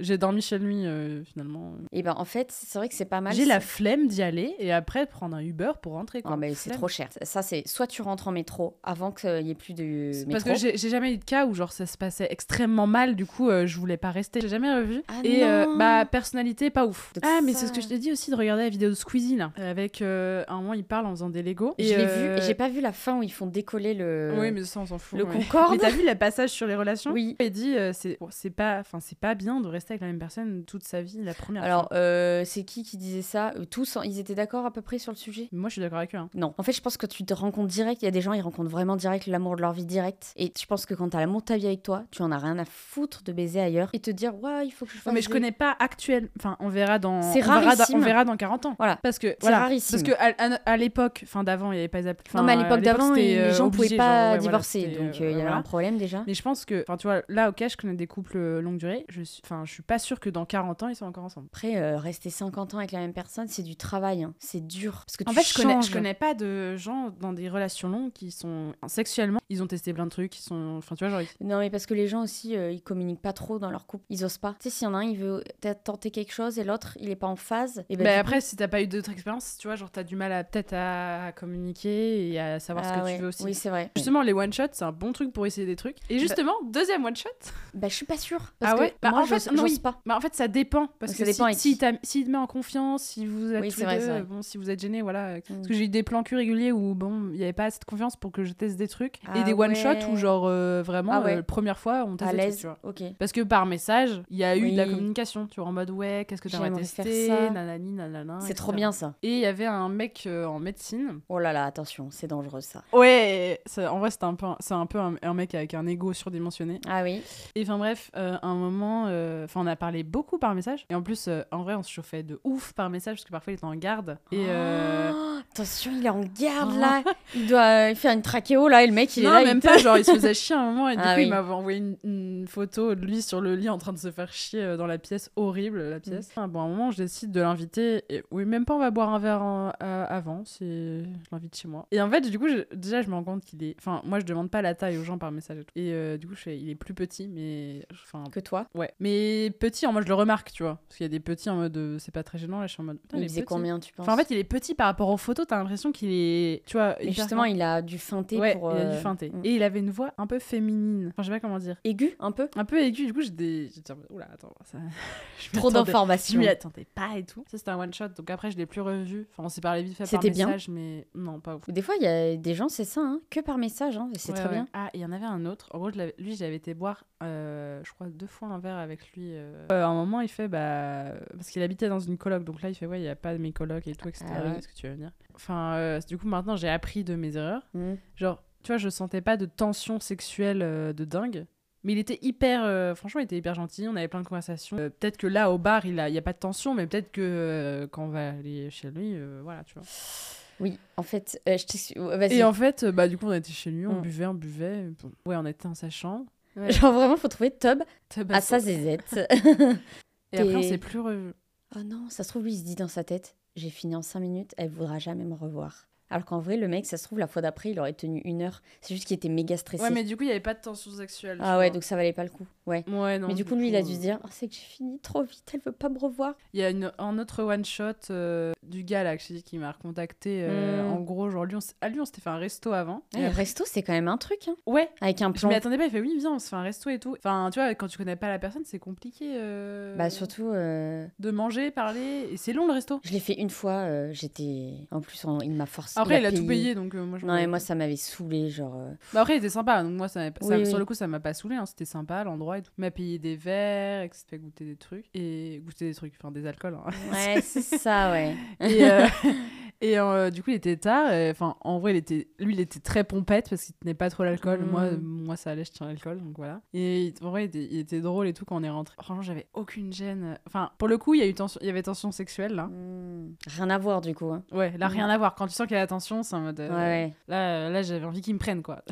[SPEAKER 1] J'ai dormi chez lui euh, finalement.
[SPEAKER 2] et ben, en fait, c'est vrai que c'est pas mal.
[SPEAKER 1] J'ai
[SPEAKER 2] ça.
[SPEAKER 1] la flemme d'y aller et après prendre un Uber pour rentrer. quoi.
[SPEAKER 2] Ah, mais c'est
[SPEAKER 1] Flemme.
[SPEAKER 2] trop cher. Ça, c'est soit tu rentres en métro avant qu'il n'y ait plus de
[SPEAKER 1] C'est
[SPEAKER 2] euh, métro.
[SPEAKER 1] Parce que j'ai j'ai jamais eu de cas où genre ça se passait extrêmement mal, du coup euh, je voulais pas rester. J'ai jamais revu.
[SPEAKER 2] Ah
[SPEAKER 1] et euh,
[SPEAKER 2] non.
[SPEAKER 1] ma personnalité pas ouf.
[SPEAKER 2] Donc
[SPEAKER 1] ah mais
[SPEAKER 2] ça.
[SPEAKER 1] c'est ce que je t'ai dit aussi de regarder la vidéo de Squeezie là, avec euh, un moment il parle en faisant des Lego.
[SPEAKER 2] Je l'ai
[SPEAKER 1] euh,
[SPEAKER 2] vu et j'ai pas vu la fin où ils font décoller le.
[SPEAKER 1] Oui mais ça on s'en fout.
[SPEAKER 2] Le
[SPEAKER 1] ouais.
[SPEAKER 2] Concorde.
[SPEAKER 1] Mais t'as vu le passage sur les relations
[SPEAKER 2] Oui.
[SPEAKER 1] Il dit euh, c'est bon, c'est pas enfin c'est pas bien de rester avec la même personne toute sa vie la première.
[SPEAKER 2] Alors,
[SPEAKER 1] fois.
[SPEAKER 2] euh, c'est qui qui disait ça Euh, Tous, en- ils étaient d'accord à peu près sur le sujet
[SPEAKER 1] moi je suis d'accord avec eux. hein.
[SPEAKER 2] non. En fait, je pense que tu te rencontres direct. Il y a des gens, ils rencontrent vraiment direct l'amour de leur vie direct. Et je pense que quand t'as l'amour de ta vie avec toi, tu en as rien à foutre de baiser ailleurs et te dire, ouais, il faut que je fasse.
[SPEAKER 1] Non, mais je
[SPEAKER 2] des-
[SPEAKER 1] connais pas actuel. Enfin, on verra dans.
[SPEAKER 2] C'est
[SPEAKER 1] on verra, dans-
[SPEAKER 2] rarissime.
[SPEAKER 1] on verra dans 40 ans.
[SPEAKER 2] Voilà.
[SPEAKER 1] Parce que voilà.
[SPEAKER 2] rarissime.
[SPEAKER 1] Parce que à, à- à l'époque, enfin d'avant, il n'y avait pas les applis.
[SPEAKER 2] non, mais à
[SPEAKER 1] Enfin,
[SPEAKER 2] l'époque d'avant,
[SPEAKER 1] c'était,
[SPEAKER 2] les
[SPEAKER 1] euh,
[SPEAKER 2] gens pouvaient
[SPEAKER 1] obligé, genre, ouais,
[SPEAKER 2] pas
[SPEAKER 1] voilà,
[SPEAKER 2] divorcer.
[SPEAKER 1] c'était,
[SPEAKER 2] donc, euh, il y
[SPEAKER 1] euh,
[SPEAKER 2] avait
[SPEAKER 1] voilà.
[SPEAKER 2] un problème déjà.
[SPEAKER 1] Mais je pense que, enfin, tu vois, là, ok, je connais des couples euh, longue durée. Je suis, enfin, je suis pas sûre que dans 40 ans, ils sont encore ensemble.
[SPEAKER 2] Après, euh, rester 50 ans avec la même personne, c'est du travail. hein. C'est dur. Parce que
[SPEAKER 1] En
[SPEAKER 2] tu
[SPEAKER 1] fait, je connais, je
[SPEAKER 2] changes.
[SPEAKER 1] connais pas de gens dans des relations longues qui sont sexuellement, ils ont testé plein de trucs, ils sont, enfin, tu vois, genre, ils-
[SPEAKER 2] Non, mais parce que les gens aussi, euh, ils communiquent pas trop dans leur couple. Ils osent pas. Tu sais, s'il y en a un, il veut t- tenter quelque chose et l'autre, il est pas en phase. Et ben,
[SPEAKER 1] Bah,
[SPEAKER 2] du
[SPEAKER 1] après, si t'as pas eu d'autres expériences, tu vois, genre, t'as du mal à peut-être à communiquer et à
[SPEAKER 2] coup-
[SPEAKER 1] savoir ce
[SPEAKER 2] Ah
[SPEAKER 1] que
[SPEAKER 2] ouais,
[SPEAKER 1] tu veux aussi.
[SPEAKER 2] Oui, c'est vrai.
[SPEAKER 1] Justement, les one shots, c'est un bon truc pour essayer des trucs. Et justement, deuxième one shot.
[SPEAKER 2] Bah, je suis pas sûre. Parce
[SPEAKER 1] Ah
[SPEAKER 2] que
[SPEAKER 1] ouais Bah,
[SPEAKER 2] moi,
[SPEAKER 1] en fait,
[SPEAKER 2] j'ose-
[SPEAKER 1] non,
[SPEAKER 2] j'ose
[SPEAKER 1] oui.
[SPEAKER 2] pas.
[SPEAKER 1] Bah, en fait, ça dépend. Parce
[SPEAKER 2] Ça
[SPEAKER 1] que
[SPEAKER 2] dépend
[SPEAKER 1] si,
[SPEAKER 2] avec
[SPEAKER 1] si,
[SPEAKER 2] qui.
[SPEAKER 1] t'as- s'il te met en confiance, si vous êtes
[SPEAKER 2] Oui,
[SPEAKER 1] tous
[SPEAKER 2] c'est
[SPEAKER 1] les
[SPEAKER 2] vrai,
[SPEAKER 1] deux,
[SPEAKER 2] c'est vrai.
[SPEAKER 1] bon, si vous êtes gênés, voilà. Parce
[SPEAKER 2] Mm.
[SPEAKER 1] que j'ai eu des plans cul réguliers où, bon, il n'y avait pas assez de confiance pour que je teste des trucs.
[SPEAKER 2] Ah
[SPEAKER 1] et des one-shots
[SPEAKER 2] ouais.
[SPEAKER 1] où, genre, euh, vraiment,
[SPEAKER 2] Ah ouais.
[SPEAKER 1] euh, première fois, on teste
[SPEAKER 2] À
[SPEAKER 1] des trucs,
[SPEAKER 2] l'aise.
[SPEAKER 1] tu vois.
[SPEAKER 2] Ok.
[SPEAKER 1] Parce que par message, il y a a eu de la
[SPEAKER 2] Oui.
[SPEAKER 1] communication, tu vois, en mode ouais, qu'est-ce que t'aimerais
[SPEAKER 2] J'aimerais faire
[SPEAKER 1] tester,
[SPEAKER 2] ça.
[SPEAKER 1] nanani, nanana.
[SPEAKER 2] C'est trop
[SPEAKER 1] etc.
[SPEAKER 2] bien ça.
[SPEAKER 1] Et il y avait un mec euh, en médecine.
[SPEAKER 2] Oh là là, attention, c'est dangereux ça.
[SPEAKER 1] Ouais, ça- en vrai, c'était un peu, un- c'est un peu un, un mec avec un ego surdimensionné.
[SPEAKER 2] Ah oui.
[SPEAKER 1] Et enfin bref, euh, un moment, euh, enfin on a parlé beaucoup par message. Et en plus, euh, en vrai, on se chauffait de ouf par message parce que parfois il était en garde. Et euh, Ah
[SPEAKER 2] Oh, attention, il est en garde là. Il doit euh, faire une trachéo là et le mec il
[SPEAKER 1] non,
[SPEAKER 2] est là. il
[SPEAKER 1] même
[SPEAKER 2] te-
[SPEAKER 1] pas, genre il se faisait chier à un
[SPEAKER 2] [LAUGHS]
[SPEAKER 1] moment et du
[SPEAKER 2] Ah
[SPEAKER 1] coup il
[SPEAKER 2] oui.
[SPEAKER 1] m'avait envoyé une, une photo de lui sur le lit en train de se faire chier euh, dans la pièce, horrible
[SPEAKER 2] Mm.
[SPEAKER 1] la pièce. Ah, bon, à un moment je décide de l'inviter, et oui même pas on va boire un verre en- à- avant, c'est... je l'invite chez moi. Et en fait du coup je- déjà je me rends compte qu'il est... Enfin moi je demande pas la taille aux gens par message et tout. Et euh, du coup je fais, il est plus petit mais... Enfin
[SPEAKER 2] Que toi.
[SPEAKER 1] ouais. Mais petit en mode je le remarque tu vois, parce qu'il y a des petits en mode euh, c'est pas très gênant, là je suis en mode... putain,
[SPEAKER 2] Il
[SPEAKER 1] est
[SPEAKER 2] faisait
[SPEAKER 1] petit.
[SPEAKER 2] combien tu penses
[SPEAKER 1] Enfin en fait il est petit par rapport aux photos, t'as l'impression qu'il est... Tu vois,
[SPEAKER 2] Mais
[SPEAKER 1] hyper
[SPEAKER 2] justement, il a dû feinter
[SPEAKER 1] ouais,
[SPEAKER 2] pour.
[SPEAKER 1] il a
[SPEAKER 2] euh,
[SPEAKER 1] dû feinter.
[SPEAKER 2] mm.
[SPEAKER 1] Et il avait une voix un peu féminine. Enfin, je sais pas comment dire.
[SPEAKER 2] Aigu, un
[SPEAKER 1] [LAUGHS]
[SPEAKER 2] peu.
[SPEAKER 1] Un peu aiguë, du coup, j'étais. j'étais en mode, Oula, attends, ça. [LAUGHS] je m'y
[SPEAKER 2] Trop
[SPEAKER 1] attendais- Je
[SPEAKER 2] d'informations.
[SPEAKER 1] m'y attendais pas et tout. Ça, c'était un one shot, donc après, je l'ai plus revu. Enfin, on s'est parlé vite fait par
[SPEAKER 2] C'était bien
[SPEAKER 1] message, mais non, pas ouf.
[SPEAKER 2] Des fois, il y a des gens, c'est ça, hein, que par message, hein, et c'est
[SPEAKER 1] Ouais,
[SPEAKER 2] très
[SPEAKER 1] ouais.
[SPEAKER 2] bien.
[SPEAKER 1] Ah, et il y en avait un autre. En gros, je l'avais- lui, j'avais été boire, euh, je crois, deux fois un verre avec lui. euh. Euh, à un moment, il fait, bah. Parce qu'il habitait dans une coloc, donc là, il fait, ouais, il n'y a pas de mes colocs et tout, etc.
[SPEAKER 2] Ah oui.
[SPEAKER 1] Est-ce que tu veux venir Enfin, euh, du coup, maintenant, j'ai appris de mes erreurs.
[SPEAKER 2] Mm.
[SPEAKER 1] Genre, tu vois, je sentais pas de tension sexuelle euh, de dingue. Mais il était hyper. euh, franchement, il était hyper gentil. On avait plein de conversations. Euh, peut-être que là, au bar, il n'y a, il y a pas de tension, mais peut-être que euh, quand on va aller chez lui, euh, voilà, tu vois.
[SPEAKER 2] Oui, en fait, euh, je t'explique. euh, Vas-y.
[SPEAKER 1] Et en fait, euh, bah, du coup, on était chez lui, on
[SPEAKER 2] Mm.
[SPEAKER 1] buvait, on buvait. et bon. Ouais, on était dans sa chambre.
[SPEAKER 2] [LAUGHS] Genre, vraiment, faut trouver Tob à
[SPEAKER 1] Tabasco.
[SPEAKER 2] sa zézette.
[SPEAKER 1] et après, on
[SPEAKER 2] t'es-
[SPEAKER 1] s'est plus revus.
[SPEAKER 2] oh non, ça se trouve, lui, il se dit dans sa tête j'ai fini en 5 minutes, elle voudra jamais me revoir. Alors qu'en vrai, le mec, ça se trouve, la fois d'après, il aurait tenu une heure. C'est juste qu'il était méga stressé.
[SPEAKER 1] Ouais, mais du coup, il n'y avait pas de tension sexuelle.
[SPEAKER 2] Ah ouais, donc ça valait pas le coup. Ouais.
[SPEAKER 1] Ouais, non,
[SPEAKER 2] mais du coup, lui, il a dû
[SPEAKER 1] euh,
[SPEAKER 2] se dire Ah, c'est que j'ai fini trop vite, elle veut pas me revoir.
[SPEAKER 1] Il y a une- un autre one shot euh, du gars là que je t'ai dit, qui m'a recontacté. euh,
[SPEAKER 2] Mm.
[SPEAKER 1] En gros, genre, lui, on s- à lui, on s'était fait un resto avant.
[SPEAKER 2] Ah,
[SPEAKER 1] Et
[SPEAKER 2] le
[SPEAKER 1] après-
[SPEAKER 2] resto, c'est quand même un truc, hein,
[SPEAKER 1] Ouais,
[SPEAKER 2] avec un
[SPEAKER 1] Je m'y
[SPEAKER 2] plan.
[SPEAKER 1] attendais pas, il fait oui, viens, on se fait un resto et tout. Enfin, tu vois, quand tu connais pas la personne, c'est compliqué euh,
[SPEAKER 2] Bah, surtout, euh,
[SPEAKER 1] de manger, parler, et c'est long le resto.
[SPEAKER 2] Je l'ai fait une fois, euh, j'étais. En plus, on- il m'a forcé.
[SPEAKER 1] Après, il a, tout payé, donc euh, moi je.
[SPEAKER 2] Non,
[SPEAKER 1] m'en-
[SPEAKER 2] mais moi, ça m'avait saoulé. Genre,
[SPEAKER 1] [LAUGHS]
[SPEAKER 2] euh,
[SPEAKER 1] Bah, après, il était sympa, donc moi, ça, m'a pas- ça-
[SPEAKER 2] Oui,
[SPEAKER 1] sur
[SPEAKER 2] oui.
[SPEAKER 1] le coup, ça m'a pas saoulé, hein, c'était sympa l'endroit et tout. Il m'a payé des verres, et que ça fait goûter des trucs, et goûter des trucs, enfin des alcools. hein.
[SPEAKER 2] ouais, c'est ça,
[SPEAKER 1] [LAUGHS]
[SPEAKER 2] ouais.
[SPEAKER 1] Et,
[SPEAKER 2] [LAUGHS]
[SPEAKER 1] euh, et, euh, du coup, il était tard, et, enfin, en vrai, il était, lui, il était très pompette parce qu'il tenait pas trop l'alcool.
[SPEAKER 2] Mm.
[SPEAKER 1] Moi, euh, moi, ça allait, je tiens l'alcool, donc voilà. Et il- en vrai, il était, il était drôle et tout quand on est rentré. Franchement, j'avais aucune gêne. Enfin, pour le coup, il y, a eu tension, il y avait tension sexuelle là.
[SPEAKER 2] Hmm. Rien à voir, du coup. hein.
[SPEAKER 1] Ouais, là,
[SPEAKER 2] Mm.
[SPEAKER 1] rien à voir. Quand tu sens qu'il y a la tension, c'est en mode. euh,
[SPEAKER 2] Ouais, ouais.
[SPEAKER 1] Là, euh, là j'avais envie qu'il me prenne quoi.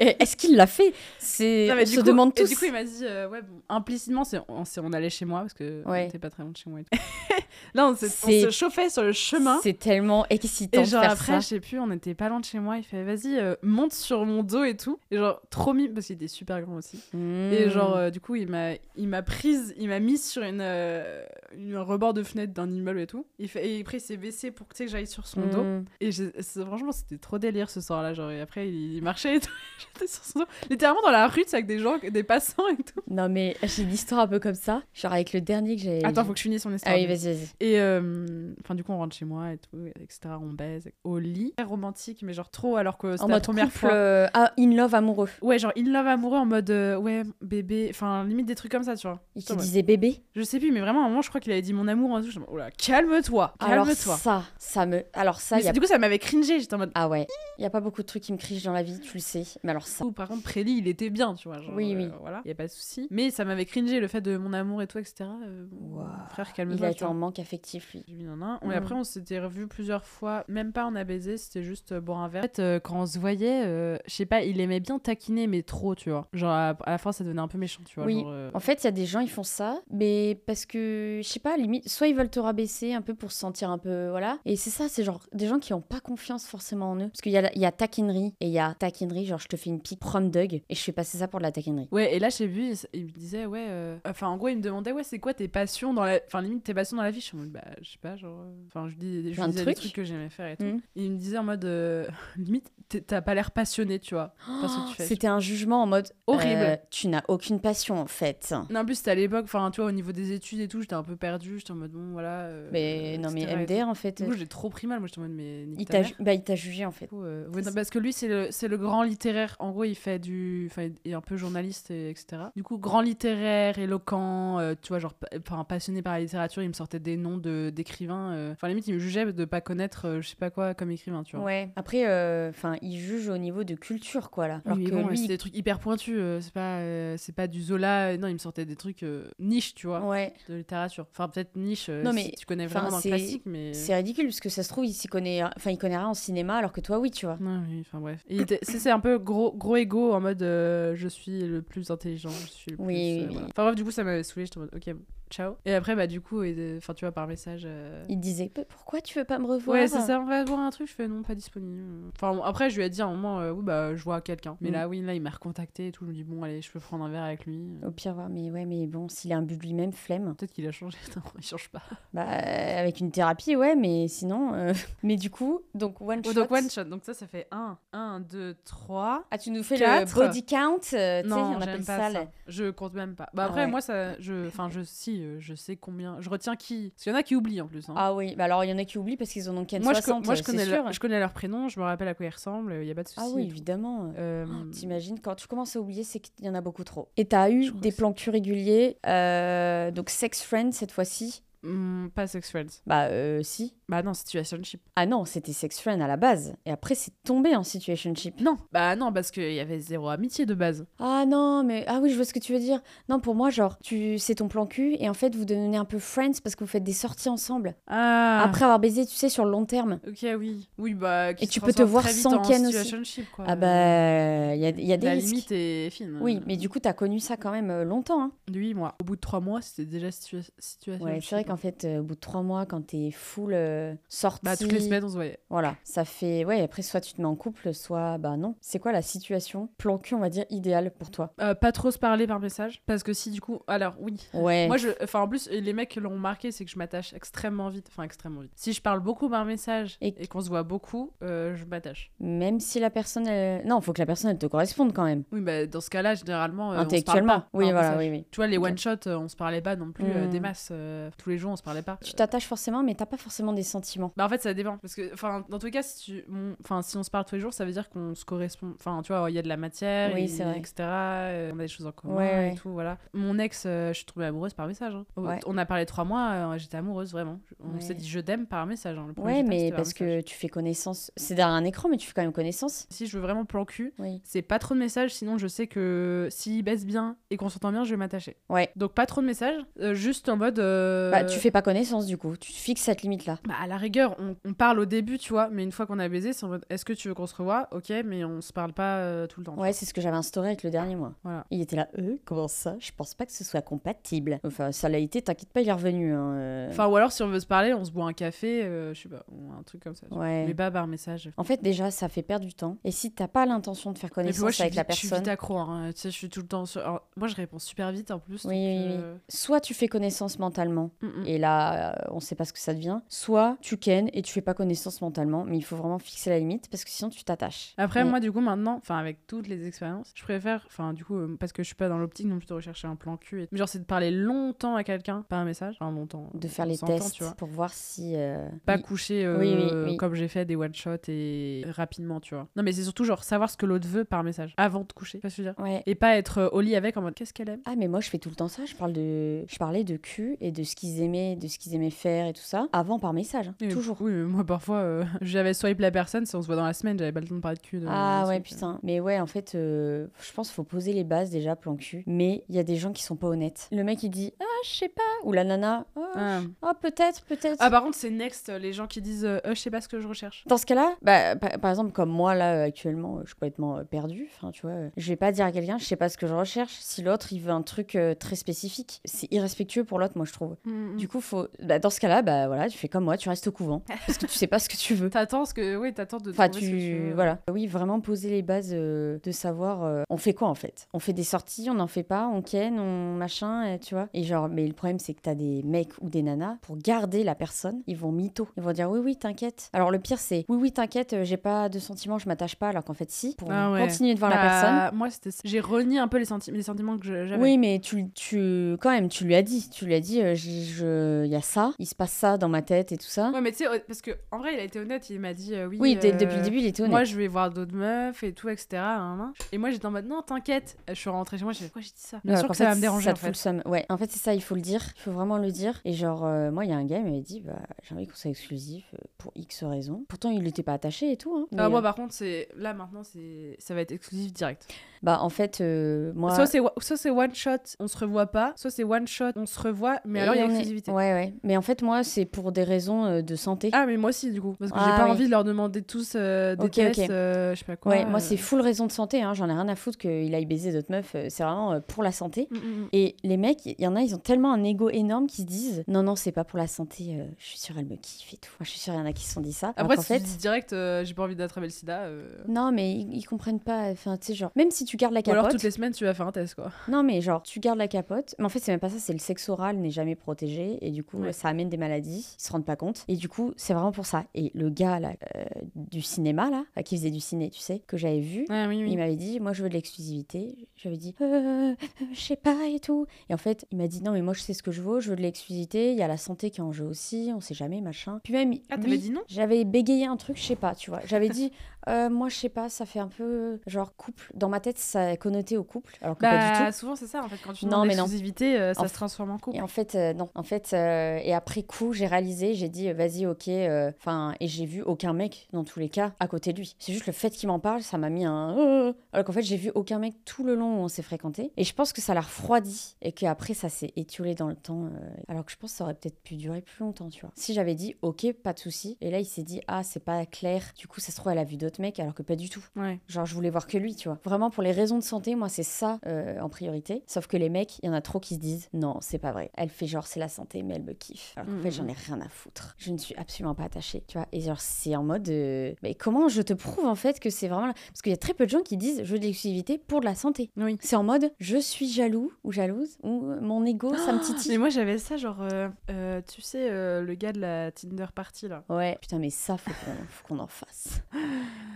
[SPEAKER 2] Et Est-ce qu'il l'a fait C'est.
[SPEAKER 1] Non,
[SPEAKER 2] On
[SPEAKER 1] mais
[SPEAKER 2] se
[SPEAKER 1] du coup-
[SPEAKER 2] demande
[SPEAKER 1] et
[SPEAKER 2] tous.
[SPEAKER 1] du coup, il m'a dit, euh, ouais, bon, implicitement, c'est, on, c'est- on allait chez moi parce que
[SPEAKER 2] Ouais.
[SPEAKER 1] on était pas très loin de chez moi. et tout. [LAUGHS] là, on, s'est- on
[SPEAKER 2] C'est-
[SPEAKER 1] se chauffait sur le chemin.
[SPEAKER 2] C'est tellement excitant
[SPEAKER 1] Et genre
[SPEAKER 2] de faire
[SPEAKER 1] après,
[SPEAKER 2] ça.
[SPEAKER 1] je sais plus, on était pas loin de chez moi, il fait vas-y, euh, monte sur mon dos et tout. Et genre trop mime parce qu'il était super grand aussi. Et
[SPEAKER 2] Hmm.
[SPEAKER 1] genre euh, du coup, il m'a il m'a prise, il m'a mise sur une, euh, une- un rebord de fenêtre d'un immeuble et tout. Il fait et après il s'est baissé pour que tu sais, que j'aille sur son dos.
[SPEAKER 2] Hmm.
[SPEAKER 1] Et j'ai- c'est- franchement, c'était trop délire ce soir-là, genre et après il, il marchait et tout. [LAUGHS] J'étais sur son dos, littéralement dans la rue, c'est avec des gens, des passants et tout.
[SPEAKER 2] Non, mais j'ai une histoire un peu comme ça. Genre, avec le dernier que j'ai.
[SPEAKER 1] Attends, faut que je finisse son histoire.
[SPEAKER 2] Ah oui,
[SPEAKER 1] mais-
[SPEAKER 2] vas-y, vas-y.
[SPEAKER 1] Et euh, enfin, du coup, on rentre chez moi et tout, etc. On baise au lit. Très romantique, mais genre trop, alors que
[SPEAKER 2] En
[SPEAKER 1] c'était la
[SPEAKER 2] mode
[SPEAKER 1] première
[SPEAKER 2] couple,
[SPEAKER 1] fois.
[SPEAKER 2] euh, ah, in love amoureux.
[SPEAKER 1] Ouais, genre in love amoureux en mode euh, ouais, bébé, enfin limite des trucs comme ça, tu vois.
[SPEAKER 2] Il te
[SPEAKER 1] Putain, ouais.
[SPEAKER 2] disait bébé.
[SPEAKER 1] Je sais plus, mais vraiment à un moment, je crois qu'il avait dit mon amour en tout. Je me oh là, calme-toi,
[SPEAKER 2] Alors,
[SPEAKER 1] calme-toi.
[SPEAKER 2] ça, ça me. Alors, ça,
[SPEAKER 1] Mais
[SPEAKER 2] il y a
[SPEAKER 1] Du coup, ça m'avait cringé, j'étais en mode.
[SPEAKER 2] Ah ouais, il y a pas beaucoup de trucs qui me crichent dans la vie, tu le sais. Mais alors ça.
[SPEAKER 1] Ou par contre, Préli, il était bien, tu vois. Genre,
[SPEAKER 2] Oui,
[SPEAKER 1] euh,
[SPEAKER 2] oui.
[SPEAKER 1] voilà, y a pas de souci. Mais ça m'avait cringé le fait de mon amour et toi, etc. Euh,
[SPEAKER 2] Ouah.
[SPEAKER 1] Frère,
[SPEAKER 2] Il a
[SPEAKER 1] calme-toi. tu
[SPEAKER 2] été en
[SPEAKER 1] vois.
[SPEAKER 2] manque affectif, lui.
[SPEAKER 1] J'ai mis un un. Et
[SPEAKER 2] Mm.
[SPEAKER 1] après, on s'était revus plusieurs fois. Même pas on a baisé, c'était juste euh, boire un verre. En fait, euh, quand on se voyait, euh, je sais pas, il aimait bien taquiner, mais trop, tu vois. Genre, à, à la fin, ça devenait un peu méchant, tu vois.
[SPEAKER 2] Oui.
[SPEAKER 1] genre, euh,
[SPEAKER 2] En fait, il y a des gens, ils font ça, mais parce que, je sais pas, limite, soit ils veulent te rabaisser un peu pour se sentir un peu, voilà. Et c'est ça, c'est genre des gens qui ont pas confiance forcément en eux. Parce qu'il y, a la- il y a taquinerie, et il y a taquinerie, genre je te fais une pique prom dug, et je fais passer ça pour de la taquinerie.
[SPEAKER 1] Ouais, et là, chez lui, il s- il me disait, ouais. euh, Enfin, en gros, il me demandait, ouais, c'est quoi tes passions dans la. Enfin, limite, tes passions dans la vie. vie, je suis en mode, bah, je sais pas, genre. euh, Enfin, je dis, je
[SPEAKER 2] Plein de
[SPEAKER 1] disais des
[SPEAKER 2] trucs.
[SPEAKER 1] trucs que j'aimais faire et tout.
[SPEAKER 2] Mm.
[SPEAKER 1] Et il me disait en mode, euh, [LAUGHS] limite, t'es- t'as pas l'air passionné, tu vois. par ce que
[SPEAKER 2] Oh,
[SPEAKER 1] tu fais.
[SPEAKER 2] C'était un jugement en mode
[SPEAKER 1] Horrible.
[SPEAKER 2] euh, tu n'as aucune passion en fait.
[SPEAKER 1] Non, en plus, c'était à l'époque, enfin, tu vois, au niveau des études et tout, j'étais un peu perdue, j'étais en mode, bon, voilà. euh,
[SPEAKER 2] Mais non, mais
[SPEAKER 1] etc. et tout.
[SPEAKER 2] MDR en fait.
[SPEAKER 1] Du coup, j'ai trop pris mal, moi, j'étais en mode, mais. nique
[SPEAKER 2] Il
[SPEAKER 1] ta
[SPEAKER 2] t'a
[SPEAKER 1] mère.
[SPEAKER 2] ju- bah, il t'a jugé en fait.
[SPEAKER 1] Du coup, euh, ouais, non, parce que lui, c'est le, c'est le grand littéraire. En gros, il fait du. Enfin, il est un peu journaliste, et, etc. Du coup, grand littéraire, éloquent, euh, tu vois, genre, pa- enfin, passionné par la littérature, il me sortait des noms de, d'écrivains. euh. Enfin, limite, il me jugeait de pas connaître, euh, je sais pas quoi, comme écrivain, tu vois.
[SPEAKER 2] Ouais. Après, euh, enfin, il juge au niveau de culture quoi là. Alors
[SPEAKER 1] Oui, mais
[SPEAKER 2] que
[SPEAKER 1] bon,
[SPEAKER 2] lui,
[SPEAKER 1] c'est des trucs hyper pointus, euh, c'est pas, euh, c'est pas du Zola, euh, non, il me sortait des trucs euh, niche, tu vois,
[SPEAKER 2] ouais,
[SPEAKER 1] de littérature. Enfin, peut-être niche, euh,
[SPEAKER 2] Non,
[SPEAKER 1] si
[SPEAKER 2] mais,
[SPEAKER 1] tu connais
[SPEAKER 2] enfin,
[SPEAKER 1] vraiment dans le
[SPEAKER 2] c'est-
[SPEAKER 1] classique, mais... euh,
[SPEAKER 2] c'est ridicule parce que ça se trouve il s'y connaît, enfin, il connaît rien en cinéma alors que toi oui tu vois.
[SPEAKER 1] Ouais, oui, enfin bref. Et il était- c'est c'est un peu gros, gros ego en mode euh, je suis le plus intelligent, je suis le plus.
[SPEAKER 2] Oui, oui,
[SPEAKER 1] euh,
[SPEAKER 2] oui.
[SPEAKER 1] voilà. Enfin bref, du coup, ça m'avait saoulé, j'étais en mode ok, bon, ciao. Et après, bah du coup, et de- enfin tu vois, par message. euh,
[SPEAKER 2] Il disait Peu- pourquoi tu veux pas me revoir
[SPEAKER 1] Ouais, c'est ça, on va voir un truc, je fais non, pas disponible. Enfin bon, après, je lui ai dit à un moment, euh, oui, bah je vois quelqu'un. Mais
[SPEAKER 2] Mm.
[SPEAKER 1] là, oui, là, il m'a recontacté et tout, je me dis bon, allez, je peux prendre un verre avec lui.
[SPEAKER 2] Au pire, voir, mais ouais, mais bon, s'il a un but de lui-même, flemme.
[SPEAKER 1] Peut-être qu'il a changé, [LAUGHS] non, il change pas.
[SPEAKER 2] Bah, euh, avec une thérapie, ouais, mais sinon. euh, [LAUGHS] Mais du coup, donc one shot.
[SPEAKER 1] Oh, donc one shot, donc ça, ça fait 1, 1, 2, 3.
[SPEAKER 2] Ah, tu nous fais
[SPEAKER 1] Quatre.
[SPEAKER 2] le body count, euh, tu sais,
[SPEAKER 1] Non,
[SPEAKER 2] on
[SPEAKER 1] j'aime
[SPEAKER 2] appelle
[SPEAKER 1] pas
[SPEAKER 2] ça.
[SPEAKER 1] ça.
[SPEAKER 2] le-
[SPEAKER 1] Je compte même pas. Bah
[SPEAKER 2] Ah
[SPEAKER 1] après,
[SPEAKER 2] ouais.
[SPEAKER 1] moi, ça, je, enfin, je, si, euh, je sais combien, je retiens qui. Parce qu'il y en a qui oublient en plus. hein.
[SPEAKER 2] Ah oui, bah alors il y en a qui oublient parce qu'ils en ont qu'à
[SPEAKER 1] moi, je, co-
[SPEAKER 2] 60,
[SPEAKER 1] moi, je
[SPEAKER 2] c'est
[SPEAKER 1] connais,
[SPEAKER 2] sûr.
[SPEAKER 1] leur, je connais leur prénom, je me rappelle à quoi ils ressemblent. Il y a pas de souci.
[SPEAKER 2] Ah oui, Oh,
[SPEAKER 1] et tout.
[SPEAKER 2] évidemment.
[SPEAKER 1] Euh,
[SPEAKER 2] T'imagines, quand tu commences à oublier, c'est qu'il y en a beaucoup trop. Et t'as eu
[SPEAKER 1] Je crois
[SPEAKER 2] des
[SPEAKER 1] que
[SPEAKER 2] plans cul réguliers, euh, donc sex friend cette fois-ci
[SPEAKER 1] hum, pas sex friends.
[SPEAKER 2] Bah euh, si.
[SPEAKER 1] Bah non, situationship.
[SPEAKER 2] Ah non, c'était sex friend à la base. Et après, c'est tombé en situationship.
[SPEAKER 1] Non. Bah non, parce qu'il y avait zéro amitié de base.
[SPEAKER 2] Ah non, mais ah oui, je vois ce que tu veux dire. Non, pour moi, genre, tu c'est ton plan cul et en fait, vous devenez un peu friends parce que vous faites des sorties ensemble.
[SPEAKER 1] Ah.
[SPEAKER 2] Après avoir baisé, tu sais, sur le long terme.
[SPEAKER 1] Ok, oui. Oui, bah. qui
[SPEAKER 2] Et
[SPEAKER 1] se
[SPEAKER 2] tu peux te
[SPEAKER 1] transforme
[SPEAKER 2] voir
[SPEAKER 1] très vite
[SPEAKER 2] sans
[SPEAKER 1] en
[SPEAKER 2] Ken aussi.
[SPEAKER 1] situationship, quoi.
[SPEAKER 2] Ah bah, il y a, il y a des
[SPEAKER 1] La
[SPEAKER 2] risques.
[SPEAKER 1] limite euh, est fine.
[SPEAKER 2] Oui, mais du coup, t'as connu ça quand même euh, longtemps. hein.
[SPEAKER 1] De 8 mois. Au bout de 3 mois, c'était déjà situa- situationship.
[SPEAKER 2] Ouais, c'est vrai qu'en fait, euh, au bout de trois mois, quand t'es full euh, sorti,
[SPEAKER 1] Bah, toutes les semaines, on se voyait.
[SPEAKER 2] voilà, ça fait. Ouais, après, soit tu te mets en couple, soit bah non. C'est quoi la situation plan cul, on va dire, idéale pour toi
[SPEAKER 1] Euh, pas trop se parler par message parce que si du coup alors oui
[SPEAKER 2] Ouais.
[SPEAKER 1] moi je enfin en plus les mecs l'ont marqué c'est que je m'attache extrêmement vite enfin extrêmement vite si je parle beaucoup par message
[SPEAKER 2] Et-
[SPEAKER 1] et, qu'on se voit beaucoup euh, je m'attache
[SPEAKER 2] Même si la personne. elle- Non, faut que la personne, elle te corresponde quand même.
[SPEAKER 1] oui bah dans ce cas là généralement euh, on se parle
[SPEAKER 2] Intellectuellement.
[SPEAKER 1] pas
[SPEAKER 2] Oui,
[SPEAKER 1] par
[SPEAKER 2] voilà,
[SPEAKER 1] message.
[SPEAKER 2] oui, oui.
[SPEAKER 1] tu vois les
[SPEAKER 2] Ok.
[SPEAKER 1] one shot euh, on se parlait pas non plus euh,
[SPEAKER 2] Mm.
[SPEAKER 1] des masses euh, tous les jours on se parlait pas
[SPEAKER 2] Tu t'attaches forcément, mais t'as pas forcément des sentiments.
[SPEAKER 1] bah en fait ça dépend parce que enfin dans tous les cas si tu on- enfin si on se parle tous les jours ça veut dire qu'on se correspond enfin tu vois il y a de la matière
[SPEAKER 2] Oui,
[SPEAKER 1] et-
[SPEAKER 2] c'est vrai.
[SPEAKER 1] etc euh, on a des choses en commun
[SPEAKER 2] Ouais, ouais.
[SPEAKER 1] et tout voilà mon ex euh, je suis tombée amoureuse par message hein. Au-
[SPEAKER 2] Ouais.
[SPEAKER 1] on a parlé trois mois euh, j'étais amoureuse vraiment on
[SPEAKER 2] Ouais.
[SPEAKER 1] s'est dit je t'aime par message hein. Le premier
[SPEAKER 2] Ouais,
[SPEAKER 1] je t'aime,
[SPEAKER 2] mais
[SPEAKER 1] c'était par
[SPEAKER 2] parce
[SPEAKER 1] message.
[SPEAKER 2] que tu fais connaissance. C'est derrière un écran, mais tu fais quand même connaissance.
[SPEAKER 1] si je veux vraiment plan cul
[SPEAKER 2] Oui.
[SPEAKER 1] c'est pas trop de messages sinon je sais que s'il baisse bien et qu'on s'entend bien je vais m'attacher
[SPEAKER 2] Ouais.
[SPEAKER 1] donc pas trop de messages euh, juste en mode euh,
[SPEAKER 2] Bah, tu fais pas connaissance du coup. Tu fixes cette limite-là.
[SPEAKER 1] Bah, à la rigueur, on, on parle au début, tu vois, mais une fois qu'on a baisé, c'est en mode est-ce que tu veux qu'on se revoie Ok, mais on se parle pas euh, tout le temps.
[SPEAKER 2] Ouais, c'est ce que j'avais instauré avec le dernier mois.
[SPEAKER 1] Voilà.
[SPEAKER 2] Il était là, euh, comment ça Je pense pas que ce soit compatible. Enfin, ça l'a été, t'inquiète pas, il est revenu. hein, euh.
[SPEAKER 1] Enfin, ou alors si on veut se parler, on se boit un café, euh, je sais pas, ou un truc comme ça. tu vois.
[SPEAKER 2] ouais.
[SPEAKER 1] Mais pas par message.
[SPEAKER 2] En fait, déjà, ça fait perdre du temps. Et si t'as pas l'intention de faire
[SPEAKER 1] Et
[SPEAKER 2] connaissance
[SPEAKER 1] puis moi, je suis,
[SPEAKER 2] avec la
[SPEAKER 1] vite- je suis
[SPEAKER 2] personne,
[SPEAKER 1] vite accro, hein, tu sais, je suis tout le temps sur. alors, moi, je réponds super vite en plus.
[SPEAKER 2] Oui,
[SPEAKER 1] donc,
[SPEAKER 2] oui, oui.
[SPEAKER 1] euh,
[SPEAKER 2] soit tu fais connaissance mentalement.
[SPEAKER 1] mm, mm.
[SPEAKER 2] Et là, euh, on sait pas ce que ça devient. Soit tu ken et tu fais pas connaissance mentalement, mais il faut vraiment fixer la limite parce que sinon tu t'attaches.
[SPEAKER 1] Après,
[SPEAKER 2] Mais-
[SPEAKER 1] moi, du coup, maintenant, enfin, avec toutes les expériences, je préfère, enfin, du coup, euh, parce que je suis pas dans l'optique non plus de rechercher un plan cul. Et... Mais genre, c'est de parler longtemps à quelqu'un, pas un message, enfin, longtemps.
[SPEAKER 2] de faire
[SPEAKER 1] on
[SPEAKER 2] les
[SPEAKER 1] s'entend,
[SPEAKER 2] tests
[SPEAKER 1] tu vois.
[SPEAKER 2] pour voir si. euh,
[SPEAKER 1] pas
[SPEAKER 2] il-
[SPEAKER 1] coucher euh,
[SPEAKER 2] Oui, oui, oui.
[SPEAKER 1] comme j'ai fait des one shots et rapidement tu vois non mais c'est surtout genre savoir ce que l'autre veut par message avant de coucher tu vois ce que je veux dire
[SPEAKER 2] Ouais.
[SPEAKER 1] et pas être euh, au lit avec en mode qu'est-ce qu'elle aime
[SPEAKER 2] Ah mais moi je fais tout le temps ça, je parle de je parlais de cul et de ce qu'ils aimaient, de ce qu'ils aimaient faire et tout ça avant par message, hein,
[SPEAKER 1] Et, euh,
[SPEAKER 2] toujours.
[SPEAKER 1] oui mais moi parfois euh, [LAUGHS] j'avais swipe la personne si on se voit dans la semaine j'avais pas le temps de parler de cul de-
[SPEAKER 2] Ah
[SPEAKER 1] de
[SPEAKER 2] ouais
[SPEAKER 1] trucs, euh.
[SPEAKER 2] putain. Mais ouais en fait euh, je pense qu'il faut poser les bases déjà plan cul, mais il y a des gens qui sont pas honnêtes. Le mec il dit "Ah, je sais pas" ou la nana "Ah,
[SPEAKER 1] Ah.
[SPEAKER 2] ah, peut-être, peut-être."
[SPEAKER 1] ah par contre c'est next euh, les gens qui disent euh, Euh, je sais pas ce que je recherche
[SPEAKER 2] Dans ce cas-là, bah, pa- par exemple, comme moi, là, euh, actuellement, euh, je suis complètement euh, perdue. Enfin, tu vois, euh, je vais pas dire à quelqu'un, je sais pas ce que je recherche. Si l'autre, il veut un truc Mm,
[SPEAKER 1] Mm.
[SPEAKER 2] euh, très spécifique, c'est irrespectueux pour l'autre, moi, je trouve. Du coup, faut... bah, dans ce cas-là, bah, voilà, tu fais comme moi, tu restes au couvent. Parce que tu sais pas ce que tu veux.
[SPEAKER 1] T'attends ce que. Oui, t'attends de
[SPEAKER 2] Enfin,
[SPEAKER 1] trouver ce que tu
[SPEAKER 2] tu.
[SPEAKER 1] veux.
[SPEAKER 2] Voilà. Oui, vraiment poser les bases euh, de savoir euh, on fait quoi en fait. On fait des sorties, on n'en fait pas, on ken, on machin, et tu vois. Et genre, mais le problème, c'est que t'as des mecs ou des nanas, pour garder la personne, ils vont mytho. Ils vont dire oui, oui, t'inquiète. Alors le pire, c'est oui, oui, t'inquiète, euh, j'ai pas de sentiments, je m'attache pas, alors qu'en fait, si, pour
[SPEAKER 1] Ah ouais.
[SPEAKER 2] continuer de voir la
[SPEAKER 1] Bah,
[SPEAKER 2] personne.
[SPEAKER 1] Moi, c'était ça. J'ai renié un peu les, senti- les sentiments que je- j'avais.
[SPEAKER 2] Oui, mais tu, tu, quand même, tu lui as dit, tu lui as dit, euh, j'ai- je- il y a ça, il se passe ça dans ma tête et tout ça.
[SPEAKER 1] Ouais, mais tu sais, euh, parce que en vrai, il a été honnête, il m'a dit euh, oui.
[SPEAKER 2] oui, dès-
[SPEAKER 1] euh,
[SPEAKER 2] depuis le début, il était honnête.
[SPEAKER 1] Moi, je vais voir d'autres meufs et tout, etc. hein, hein. Et moi, j'étais en mode non, t'inquiète. Je suis rentrée chez moi, j'ai fait pourquoi j'ai dit ça Bien
[SPEAKER 2] Ouais,
[SPEAKER 1] sûr
[SPEAKER 2] Euh, qu'en
[SPEAKER 1] que ça
[SPEAKER 2] fait,
[SPEAKER 1] va me déranger
[SPEAKER 2] ça
[SPEAKER 1] en
[SPEAKER 2] te fout le
[SPEAKER 1] fait.
[SPEAKER 2] seum. Ouais, en fait, c'est ça, il faut le dire. Il faut vraiment le dire. Et genre, euh, moi, il y a un gars, il m'avait dit, bah, j'ai envie qu'on soit exclusif euh, pour X raisons. Pourtant, il n'était pas attaché et tout. hein. Mais,
[SPEAKER 1] Ah, moi,
[SPEAKER 2] euh,
[SPEAKER 1] par contre, c'est là maintenant, c'est ça va être exclusif direct.
[SPEAKER 2] bah, en fait, euh, moi.
[SPEAKER 1] Soit c'est wa- soit c'est one shot, on se revoit pas. Soit c'est one shot, on se revoit, mais
[SPEAKER 2] et
[SPEAKER 1] alors il y a
[SPEAKER 2] on est-
[SPEAKER 1] exclusivité.
[SPEAKER 2] Ouais, ouais. Mais en fait, moi, c'est pour des raisons euh, de santé.
[SPEAKER 1] Ah, mais moi aussi, du coup. Parce que j'ai
[SPEAKER 2] Ah,
[SPEAKER 1] pas
[SPEAKER 2] oui.
[SPEAKER 1] envie de leur demander tous euh, des
[SPEAKER 2] Ok,
[SPEAKER 1] tests,
[SPEAKER 2] ok.
[SPEAKER 1] euh, je sais pas quoi.
[SPEAKER 2] ouais, moi,
[SPEAKER 1] euh.
[SPEAKER 2] c'est full raison de santé. hein. J'en ai rien à foutre qu'il aille baiser d'autres meufs. euh, C'est vraiment euh, pour la santé.
[SPEAKER 1] Mm, mm, mm.
[SPEAKER 2] Et les mecs, il y en a, ils ont tellement un ego énorme qu'ils se disent Non, non, c'est pas pour la santé, euh, je suis sûre, elle me kiffe et tout. Moi, je suis sûre, il y en a qui se sont dit ça.
[SPEAKER 1] Après,
[SPEAKER 2] en
[SPEAKER 1] si
[SPEAKER 2] fait, Mm,
[SPEAKER 1] tu dis direct, euh, j'ai pas envie d'attraper le sida. euh,
[SPEAKER 2] Non, mais ils, ils comprennent pas. Enfin, tu sais, genre, même si tu gardes la
[SPEAKER 1] Ou alors
[SPEAKER 2] capote.
[SPEAKER 1] toutes les semaines, tu vas faire un test, quoi.
[SPEAKER 2] Non, mais genre, tu gardes la capote. Mais en fait, c'est même pas ça. C'est le sexe oral n'est jamais protégé. Et du coup,
[SPEAKER 1] Ouais.
[SPEAKER 2] ça amène des maladies. Ils se rendent pas compte. Et du coup, c'est vraiment pour ça. Et le gars, là, euh, du cinéma, là, enfin, qui faisait du ciné, tu sais, que j'avais vu.
[SPEAKER 1] Ah, oui,
[SPEAKER 2] Il m'avait dit, moi je veux de l'exclusivité. J'avais dit, euh, euh, je sais pas et tout. Et en fait, il m'a dit, non mais moi je sais ce que je veux, je veux de l'exclusivité. Il y a la santé qui est en jeu aussi, on sait jamais machin. Puis même,
[SPEAKER 1] Ah,
[SPEAKER 2] lui,
[SPEAKER 1] t'avais dit non
[SPEAKER 2] j'avais bégayé un truc, je sais pas, tu vois. J'avais dit, [LAUGHS] euh, moi, je sais pas, ça fait un peu genre couple. Dans ma tête, ça est connoté au couple, alors que pas
[SPEAKER 1] Bah,
[SPEAKER 2] du
[SPEAKER 1] souvent, c'est ça, en fait. Quand tu
[SPEAKER 2] Non,
[SPEAKER 1] demandes
[SPEAKER 2] mais non.
[SPEAKER 1] l'exclusivité, euh, ça
[SPEAKER 2] En-
[SPEAKER 1] se transforme en
[SPEAKER 2] tout.
[SPEAKER 1] couple.
[SPEAKER 2] Et en fait, euh, non. En fait, euh, et après coup, j'ai réalisé, j'ai dit, euh, vas-y, ok. euh, Enfin, et j'ai vu aucun mec, dans tous les cas, à côté de lui. C'est juste le fait qu'il m'en parle, ça m'a mis un. euh, Alors qu'en fait, j'ai vu aucun mec tout le long où on s'est fréquenté. Et je pense que ça l'a refroidi. Et qu'après, ça s'est étiolé dans le temps. euh, alors que je pense que ça aurait peut-être pu durer plus longtemps, tu vois. Si j'avais dit, ok, pas de souci. Et là, il s'est dit, ah, c'est pas clair. Du coup, ça se trouve, elle a vu d'autres mecs, alors que pas du tout.
[SPEAKER 1] Ouais.
[SPEAKER 2] Genre, je voulais voir que lui, tu vois. Vraiment, pour les raisons de santé, moi, c'est ça euh, en priorité. Sauf que les mecs, il y en a trop qui se disent Non, c'est pas vrai. Elle fait genre, c'est la santé, mais elle me kiffe. Alors qu'en
[SPEAKER 1] Mhm.
[SPEAKER 2] fait, j'en ai rien à foutre. Je ne suis absolument pas attachée, tu vois. Et genre, c'est en mode euh, Mais comment je te prouve en fait que c'est vraiment. la- Parce qu'il y a très peu de gens qui disent Je veux de l'exclusivité pour de la santé.
[SPEAKER 1] Oui.
[SPEAKER 2] C'est en mode Je suis jaloux ou jalouse ou euh, mon ego, ça
[SPEAKER 1] [GASPS]
[SPEAKER 2] me
[SPEAKER 1] Mais
[SPEAKER 2] titille.
[SPEAKER 1] moi, j'avais ça, genre, euh, euh, tu sais, euh, le gars de la Tinder party, là.
[SPEAKER 2] Ouais, putain, mais ça, faut qu'on faut qu'on en fasse.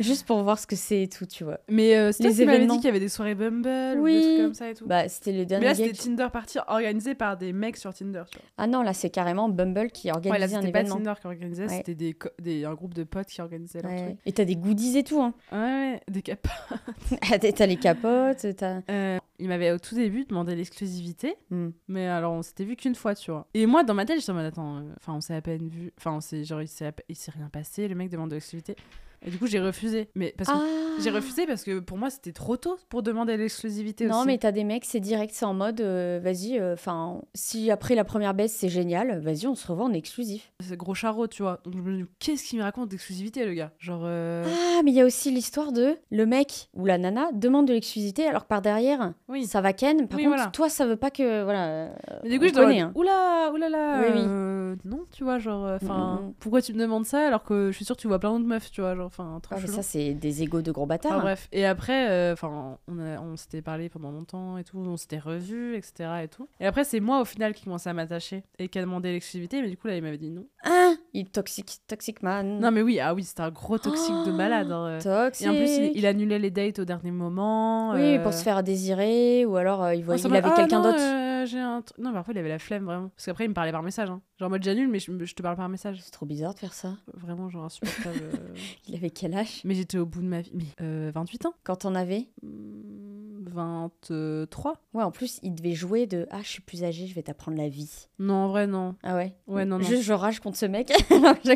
[SPEAKER 2] Juste pour voir ce que c'est et tout, tu vois.
[SPEAKER 1] Mais euh, c'est
[SPEAKER 2] Les
[SPEAKER 1] toi qui m'avais dit
[SPEAKER 2] événements.
[SPEAKER 1] qu'il y avait des soirées Bumble ou
[SPEAKER 2] Oui.
[SPEAKER 1] des trucs comme ça et tout.
[SPEAKER 2] Bah, c'était le
[SPEAKER 1] mais
[SPEAKER 2] dernier
[SPEAKER 1] là,
[SPEAKER 2] gars
[SPEAKER 1] c'était
[SPEAKER 2] qui-
[SPEAKER 1] Tinder party organisé par des mecs sur Tinder, tu vois.
[SPEAKER 2] Ah non, là, c'est carrément Bumble qui
[SPEAKER 1] Ouais, là,
[SPEAKER 2] organisait un
[SPEAKER 1] c'était pas
[SPEAKER 2] événement.
[SPEAKER 1] Tinder qui organisait,
[SPEAKER 2] Ouais.
[SPEAKER 1] c'était des, co- des- un groupe de potes qui organisait leur
[SPEAKER 2] Ouais.
[SPEAKER 1] truc.
[SPEAKER 2] Et t'as des goodies et tout,
[SPEAKER 1] [LAUGHS]
[SPEAKER 2] hein.
[SPEAKER 1] Ouais, ouais, des capas. Ah,
[SPEAKER 2] T'as- t'as les capotes, t'as.
[SPEAKER 1] Euh, il m'avait au tout début demandé l'exclusivité,
[SPEAKER 2] Hmm.
[SPEAKER 1] mais alors on s'était vu qu'une fois, tu vois. Et moi, dans ma tête, j'étais en mode, attends, euh, enfin, on s'est à peine vu, enfin, on s'est, genre, il s'est à pe- il s'est rien passé, le mec demande de l'exclusivité. Et du coup, j'ai refusé. Mais parce que
[SPEAKER 2] Ah
[SPEAKER 1] J'ai refusé parce que pour moi c'était trop tôt pour demander l'exclusivité
[SPEAKER 2] Non,
[SPEAKER 1] aussi.
[SPEAKER 2] mais t'as des mecs, c'est direct, c'est en mode, euh, vas-y, enfin, si après la première baisse c'est génial, vas-y, on se revoit en exclusif.
[SPEAKER 1] c'est gros charreau, tu vois. Donc je me dis qu'est-ce qu'il me raconte d'exclusivité le gars Genre euh,
[SPEAKER 2] Ah, mais il y a aussi l'histoire de le mec ou la nana demande de l'exclusivité, alors que par derrière,
[SPEAKER 1] oui.
[SPEAKER 2] ça va ken. Par
[SPEAKER 1] Oui,
[SPEAKER 2] contre,
[SPEAKER 1] voilà.
[SPEAKER 2] toi, ça veut pas que. Voilà. euh,
[SPEAKER 1] Mais du
[SPEAKER 2] on
[SPEAKER 1] coup je dois
[SPEAKER 2] connaît, hein.
[SPEAKER 1] oula oula là.
[SPEAKER 2] Oui, oui.
[SPEAKER 1] euh, non, tu vois genre enfin
[SPEAKER 2] Mm, mm, mm.
[SPEAKER 1] pourquoi tu me demandes ça alors que je suis sûre que tu vois plein d'autres meufs, tu vois genre enfin un
[SPEAKER 2] Ah,
[SPEAKER 1] truc
[SPEAKER 2] mais
[SPEAKER 1] chelou.
[SPEAKER 2] ça,
[SPEAKER 1] Ah,
[SPEAKER 2] c'est des égos de gros bâtards.
[SPEAKER 1] Enfin, bref, et après, euh, enfin, on, a- on s'était parlé pendant longtemps et tout, on s'était revus, etc. Et tout. Et après, c'est moi au final qui commençait à m'attacher et qui a demandé l'exclusivité, mais du coup là, il m'avait dit non.
[SPEAKER 2] Hein Il toxique, toxic man.
[SPEAKER 1] Non, mais oui, ah oui, c'était un gros toxique de
[SPEAKER 2] Oh,
[SPEAKER 1] malade. hein.
[SPEAKER 2] Toxique.
[SPEAKER 1] Et en plus, il, il annulait les dates au dernier moment.
[SPEAKER 2] Oui,
[SPEAKER 1] euh,
[SPEAKER 2] pour se faire désirer, ou alors euh, il,
[SPEAKER 1] en
[SPEAKER 2] voyait,
[SPEAKER 1] se
[SPEAKER 2] il
[SPEAKER 1] mode,
[SPEAKER 2] avait
[SPEAKER 1] Ah,
[SPEAKER 2] quelqu'un
[SPEAKER 1] non,
[SPEAKER 2] d'autre.
[SPEAKER 1] euh, j'ai un tr- Non, mais parfois, il avait la flemme, vraiment. Parce qu'après, il me parlait par message. hein. Genre en mode j'annule, mais je, je te parle par message.
[SPEAKER 2] C'est trop bizarre de faire ça.
[SPEAKER 1] Vraiment, genre insupportable.
[SPEAKER 2] [LAUGHS]
[SPEAKER 1] euh.
[SPEAKER 2] Il avait quel âge
[SPEAKER 1] mais j'étais au bout de ma vie. Mais euh, 28 ans
[SPEAKER 2] Quand on avait
[SPEAKER 1] Hmm, 23
[SPEAKER 2] Ouais, en plus, il devait jouer de Ah, je suis plus âgé, je vais t'apprendre la vie.
[SPEAKER 1] Non, en vrai, non.
[SPEAKER 2] Ah ouais
[SPEAKER 1] Ouais, non, non.
[SPEAKER 2] Juste, je rage contre ce mec. [LAUGHS] Non, je-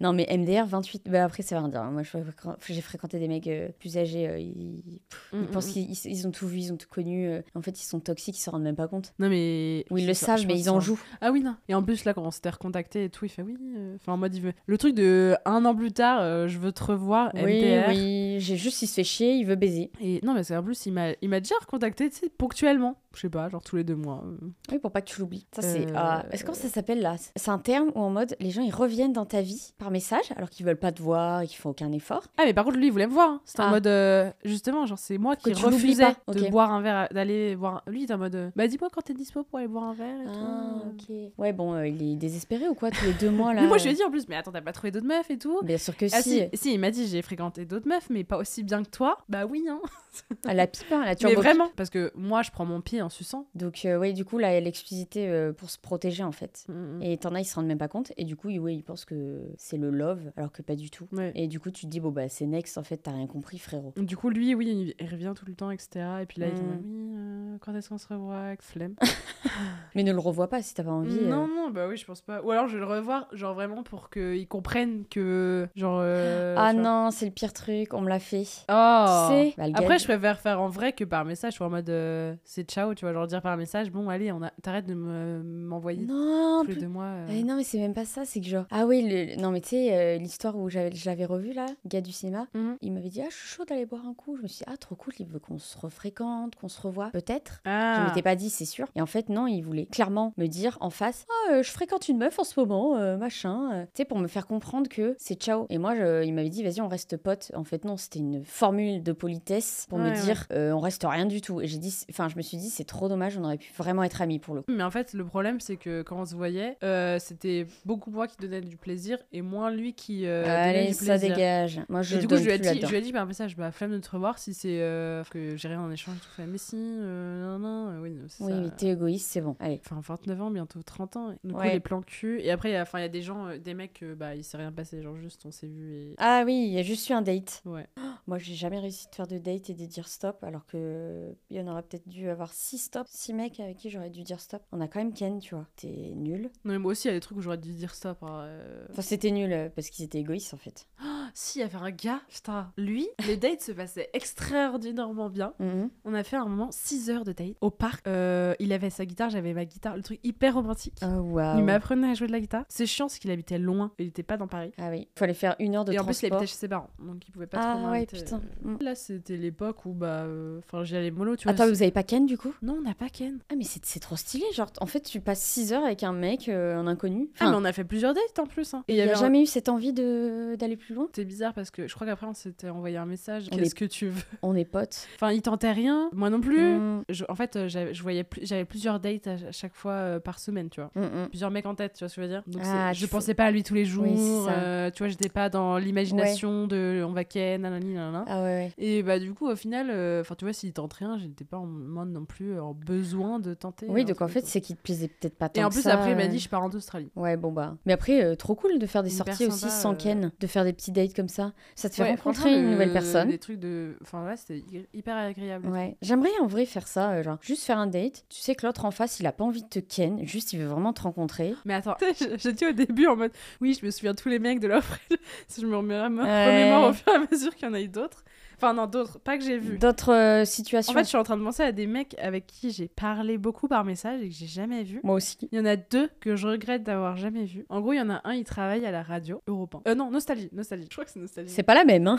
[SPEAKER 2] non, mais MDR, 28. Bah, après, ça veut rien dire. hein. Moi, je fréquent- j'ai fréquenté des mecs euh, plus âgés. euh, ils... pff, ils
[SPEAKER 1] Mm, mm,
[SPEAKER 2] pensent
[SPEAKER 1] mm.
[SPEAKER 2] qu'ils ils- ils ont tout vu, ils ont tout connu. euh. En fait, ils sont toxiques, ils s'en rendent même pas compte.
[SPEAKER 1] Non, mais.
[SPEAKER 2] Ou ils
[SPEAKER 1] Je
[SPEAKER 2] le
[SPEAKER 1] sais-
[SPEAKER 2] savent,
[SPEAKER 1] je
[SPEAKER 2] mais
[SPEAKER 1] pense
[SPEAKER 2] ils en
[SPEAKER 1] ça.
[SPEAKER 2] jouent.
[SPEAKER 1] Ah oui, non. Et en plus, là, quand on s'était recontacté et tout, il fait oui. euh, Enfin, en mode, il veut. Le truc de un an plus tard, euh, je veux te revoir,
[SPEAKER 2] Oui,
[SPEAKER 1] MDR.
[SPEAKER 2] oui. J'ai juste, il se fait chier, il veut baiser.
[SPEAKER 1] Et non, mais c'est en plus, il m'a il m'a déjà recontacté, tu sais, ponctuellement. je sais pas, genre tous les deux mois. euh.
[SPEAKER 2] Oui, pour pas que tu l'oublies. Ça, c'est.
[SPEAKER 1] Euh,
[SPEAKER 2] ah, Est-ce comment ça s'appelle là C'est un terme où en mode les gens ils reviennent dans ta vie par message alors qu'ils veulent pas te voir, et qu'ils font aucun effort.
[SPEAKER 1] Ah, mais par contre, lui, il voulait me voir. C'était en
[SPEAKER 2] Ah.
[SPEAKER 1] mode. euh, justement, genre, c'est moi
[SPEAKER 2] Que
[SPEAKER 1] qui
[SPEAKER 2] tu l'oublies pas,
[SPEAKER 1] refusais de
[SPEAKER 2] ok.
[SPEAKER 1] boire un verre, à- d'aller boire. un- Lui, il était en mode. euh, Bah, dis-moi quand t'es dispo pour aller boire un verre et
[SPEAKER 2] Ah,
[SPEAKER 1] tout.
[SPEAKER 2] ok. Ouais, bon, euh, il est désespéré ou quoi Tous les deux
[SPEAKER 1] [LAUGHS]
[SPEAKER 2] mois là
[SPEAKER 1] Mais moi, je lui ai dit en plus, mais attends, t'as pas trouvé d'autres meufs et tout
[SPEAKER 2] Bien sûr que
[SPEAKER 1] Ah,
[SPEAKER 2] si.
[SPEAKER 1] si, si, il m'a dit, j'ai fréquenté d'autres meufs, mais pas aussi bien que toi. Bah oui, hein.
[SPEAKER 2] À la pipe, hein, la
[SPEAKER 1] mais
[SPEAKER 2] turbo.
[SPEAKER 1] vraiment. Parce que moi, je prends mon pied en suçant.
[SPEAKER 2] Donc, euh, ouais, du coup, là, l'exclusivité euh, pour se protéger en fait.
[SPEAKER 1] Mm, mm.
[SPEAKER 2] Et t'en as, ils se rendent même pas compte. Et du coup, ils- ouais, ils pensent que c'est le love, alors que pas du tout.
[SPEAKER 1] Ouais.
[SPEAKER 2] Et du coup, tu te dis, bon, bah, c'est next, en fait, t'as rien compris, frérot.
[SPEAKER 1] Du coup, lui, oui, il- il revient tout le temps, etc. Et puis là, il est en
[SPEAKER 2] Mm.
[SPEAKER 1] mode, oui, euh, quand est-ce qu'on se revoit Flemme.
[SPEAKER 2] Mais ne le revois pas si t'as pas envie. euh.
[SPEAKER 1] Non, non, bah oui, je pense pas. Ou alors je vais le revoir, genre vraiment pour qu'ils comprennent que. Genre. euh,
[SPEAKER 2] ah
[SPEAKER 1] tu vois.
[SPEAKER 2] non, c'est le pire truc, on me l'a fait.
[SPEAKER 1] Oh
[SPEAKER 2] Tu sais, bah, le gars,
[SPEAKER 1] Après, je préfère faire en vrai que par message, ou en mode euh, c'est ciao, tu vois, genre dire par message, bon, allez, on a... t'arrêtes de me- m'envoyer
[SPEAKER 2] Non,
[SPEAKER 1] tous les
[SPEAKER 2] plus-
[SPEAKER 1] deux mois. euh.
[SPEAKER 2] Eh non, mais c'est même pas ça, c'est que genre. Ah oui, le- non, mais tu sais, euh, l'histoire où j'avais- je l'avais revu là, gars du cinéma,
[SPEAKER 1] Mhm.
[SPEAKER 2] il m'avait dit, ah, je suis chaud d'aller boire un coup. Je me suis dit, ah, trop cool, il veut qu'on se refréquente, qu'on se revoie, peut-être. Je
[SPEAKER 1] Ah
[SPEAKER 2] m'étais pas dit, c'est sûr. Et en fait, non, il voulait clairement me dire en face Ah, euh, je fréquente une meuf en ce moment, euh, machin. euh. tu sais, pour me faire comprendre que c'est ciao. Et moi, je- il m'avait dit Vas-y, on reste potes. En fait, non, c'était une formule de politesse pour me
[SPEAKER 1] Ouais, ouais.
[SPEAKER 2] dire euh, On reste rien du tout. Et j'ai dit Enfin, je me suis dit C'est trop dommage, on aurait pu vraiment être amis pour le coup.
[SPEAKER 1] Mais en fait, le problème, c'est que quand on se voyait, euh, c'était beaucoup moi qui donnais du plaisir et moins lui qui euh, donnait
[SPEAKER 2] Allez,
[SPEAKER 1] du
[SPEAKER 2] ça
[SPEAKER 1] plaisir.
[SPEAKER 2] dégage. Moi, je
[SPEAKER 1] Et du coup, je lui,
[SPEAKER 2] donne
[SPEAKER 1] ai
[SPEAKER 2] plus
[SPEAKER 1] dit, je
[SPEAKER 2] là-dedans.
[SPEAKER 1] lui ai dit par message, bah, flemme de te revoir si c'est euh, que j'ai rien en échange, tout ça. Mais si, euh, non, non, euh, oui, c'est
[SPEAKER 2] Oui,
[SPEAKER 1] ça.
[SPEAKER 2] mais t'es égoïste, c'est bon. Allez.
[SPEAKER 1] Enfin, 29 ans, bientôt 30 ans. Du coup,
[SPEAKER 2] Ouais.
[SPEAKER 1] les plans cul. Et après, il y a- enfin, il y a des gens, euh, des mecs, euh, bah, il s'est rien passé. Genre, juste, on s'est vu et.
[SPEAKER 2] Ah oui, il y a juste eu un date.
[SPEAKER 1] Ouais.
[SPEAKER 2] Moi, j'ai jamais réussi de faire de date et de dire stop, alors que il y en aurait peut-être dû avoir six stops, six mecs avec qui j'aurais dû dire stop. On a quand même Ken, tu vois. T'es nul.
[SPEAKER 1] Non, mais moi aussi, il y a des trucs où j'aurais dû dire ça. Par, euh,
[SPEAKER 2] Enfin, c'était nul euh, parce qu'ils étaient égoïstes en fait.
[SPEAKER 1] Ah, si, il y avait un gars, putain, lui, les dates se passaient extraordinairement bien.
[SPEAKER 2] Mhm.
[SPEAKER 1] On a fait un moment 6 heures de date au parc. Euh, il avait sa guitare, j'avais ma guitare. Le truc hyper romantique.
[SPEAKER 2] Oh waouh.
[SPEAKER 1] Il m'apprenait à jouer de la guitare. C'est chiant, c'est qu'il habitait loin. Il était pas dans Paris.
[SPEAKER 2] Ah oui, fallait faire une heure de
[SPEAKER 1] Et en plus, il
[SPEAKER 2] transport.
[SPEAKER 1] habitait chez ses parents, donc il pouvait pas trop
[SPEAKER 2] ah ouais,
[SPEAKER 1] m'inviter.
[SPEAKER 2] putain. Mm.
[SPEAKER 1] Là, c'était l'époque où bah, euh, enfin, j'y allais mollo, tu vois.
[SPEAKER 2] Attends, vous avez pas Ken du coup
[SPEAKER 1] Non, on n'a pas Ken.
[SPEAKER 2] Ah mais c'est c'est trop stylé, genre en fait tu passes 6 heures avec un mec, euh, un inconnu.
[SPEAKER 1] Ah, mais
[SPEAKER 2] Enfin,
[SPEAKER 1] on a fait plusieurs dates en plus. Hein. Et
[SPEAKER 2] il y a
[SPEAKER 1] avait un-
[SPEAKER 2] jamais eu cette envie de d'aller plus loin.
[SPEAKER 1] C'était bizarre parce que je crois qu'après on s'était envoyé un message.
[SPEAKER 2] On
[SPEAKER 1] Qu'est-ce que tu veux [LAUGHS]
[SPEAKER 2] On est potes.
[SPEAKER 1] Enfin, il tentait rien, moi non plus.
[SPEAKER 2] Mm,
[SPEAKER 1] Je- en fait, euh, j'avais, je voyais plus- j'avais plusieurs dates à à chaque fois euh, par semaine, tu vois.
[SPEAKER 2] mm, mm.
[SPEAKER 1] Plusieurs mecs en tête, tu vois ce que je veux dire Donc,
[SPEAKER 2] Ah,
[SPEAKER 1] c'est- Je
[SPEAKER 2] tu fais-
[SPEAKER 1] pensais pas à lui tous les jours.
[SPEAKER 2] Oui, c'est ça.
[SPEAKER 1] euh, tu vois, j'étais pas dans l'imagination de on va ken, nanani, nanana.
[SPEAKER 2] Ah ouais, ouais.
[SPEAKER 1] Et bah, du coup, au final, euh, enfin, tu vois, s'il tente rien, j'étais pas en mode non plus euh, en besoin de tenter.
[SPEAKER 2] Oui,
[SPEAKER 1] un
[SPEAKER 2] donc en
[SPEAKER 1] truc,
[SPEAKER 2] fait
[SPEAKER 1] quoi.
[SPEAKER 2] c'est qu'il te plaisait peut-être pas tant
[SPEAKER 1] Et en
[SPEAKER 2] que
[SPEAKER 1] plus,
[SPEAKER 2] ça,
[SPEAKER 1] après, il m'a
[SPEAKER 2] euh.
[SPEAKER 1] dit je pars en Australie.
[SPEAKER 2] Ouais, bon bah. Mais après, euh, trop cool de faire des
[SPEAKER 1] Hyper
[SPEAKER 2] sorties aussi
[SPEAKER 1] sympa,
[SPEAKER 2] sans
[SPEAKER 1] euh.
[SPEAKER 2] Ken, de faire des petits dates comme ça. Ça te fait
[SPEAKER 1] Ouais,
[SPEAKER 2] rencontrer
[SPEAKER 1] franchement,
[SPEAKER 2] une
[SPEAKER 1] le-
[SPEAKER 2] nouvelle personne.
[SPEAKER 1] Des trucs de. Enfin, ouais, c'était hy- hyper agréable.
[SPEAKER 2] Ouais. J'aimerais en vrai faire ça, euh, genre juste faire un date. Tu sais que l'autre en face, il a pas envie de te ken, juste il veut vraiment te rencontrer.
[SPEAKER 1] Mais attends, [LAUGHS] tu sais, j'ai j'ai dit au début en mode oui, je me souviens tous les mecs de l'offre. [LAUGHS] si je me remémore, me
[SPEAKER 2] Ouais.
[SPEAKER 1] remémore au fur et à mesure qu'il y en a eu d'autres. Enfin, non, d'autres, pas que j'ai vu.
[SPEAKER 2] D'autres euh,
[SPEAKER 1] En
[SPEAKER 2] situations.
[SPEAKER 1] fait, je suis en train de penser à des mecs avec qui j'ai parlé beaucoup par message et que j'ai jamais vu.
[SPEAKER 2] Moi aussi.
[SPEAKER 1] Il y en a deux que je regrette d'avoir jamais vu. En gros, il y en a un, il travaille à la radio Europe 1. Euh, non, Nostalgie, Nostalgie. Je crois que c'est Nostalgie.
[SPEAKER 2] C'est pas la même, hein.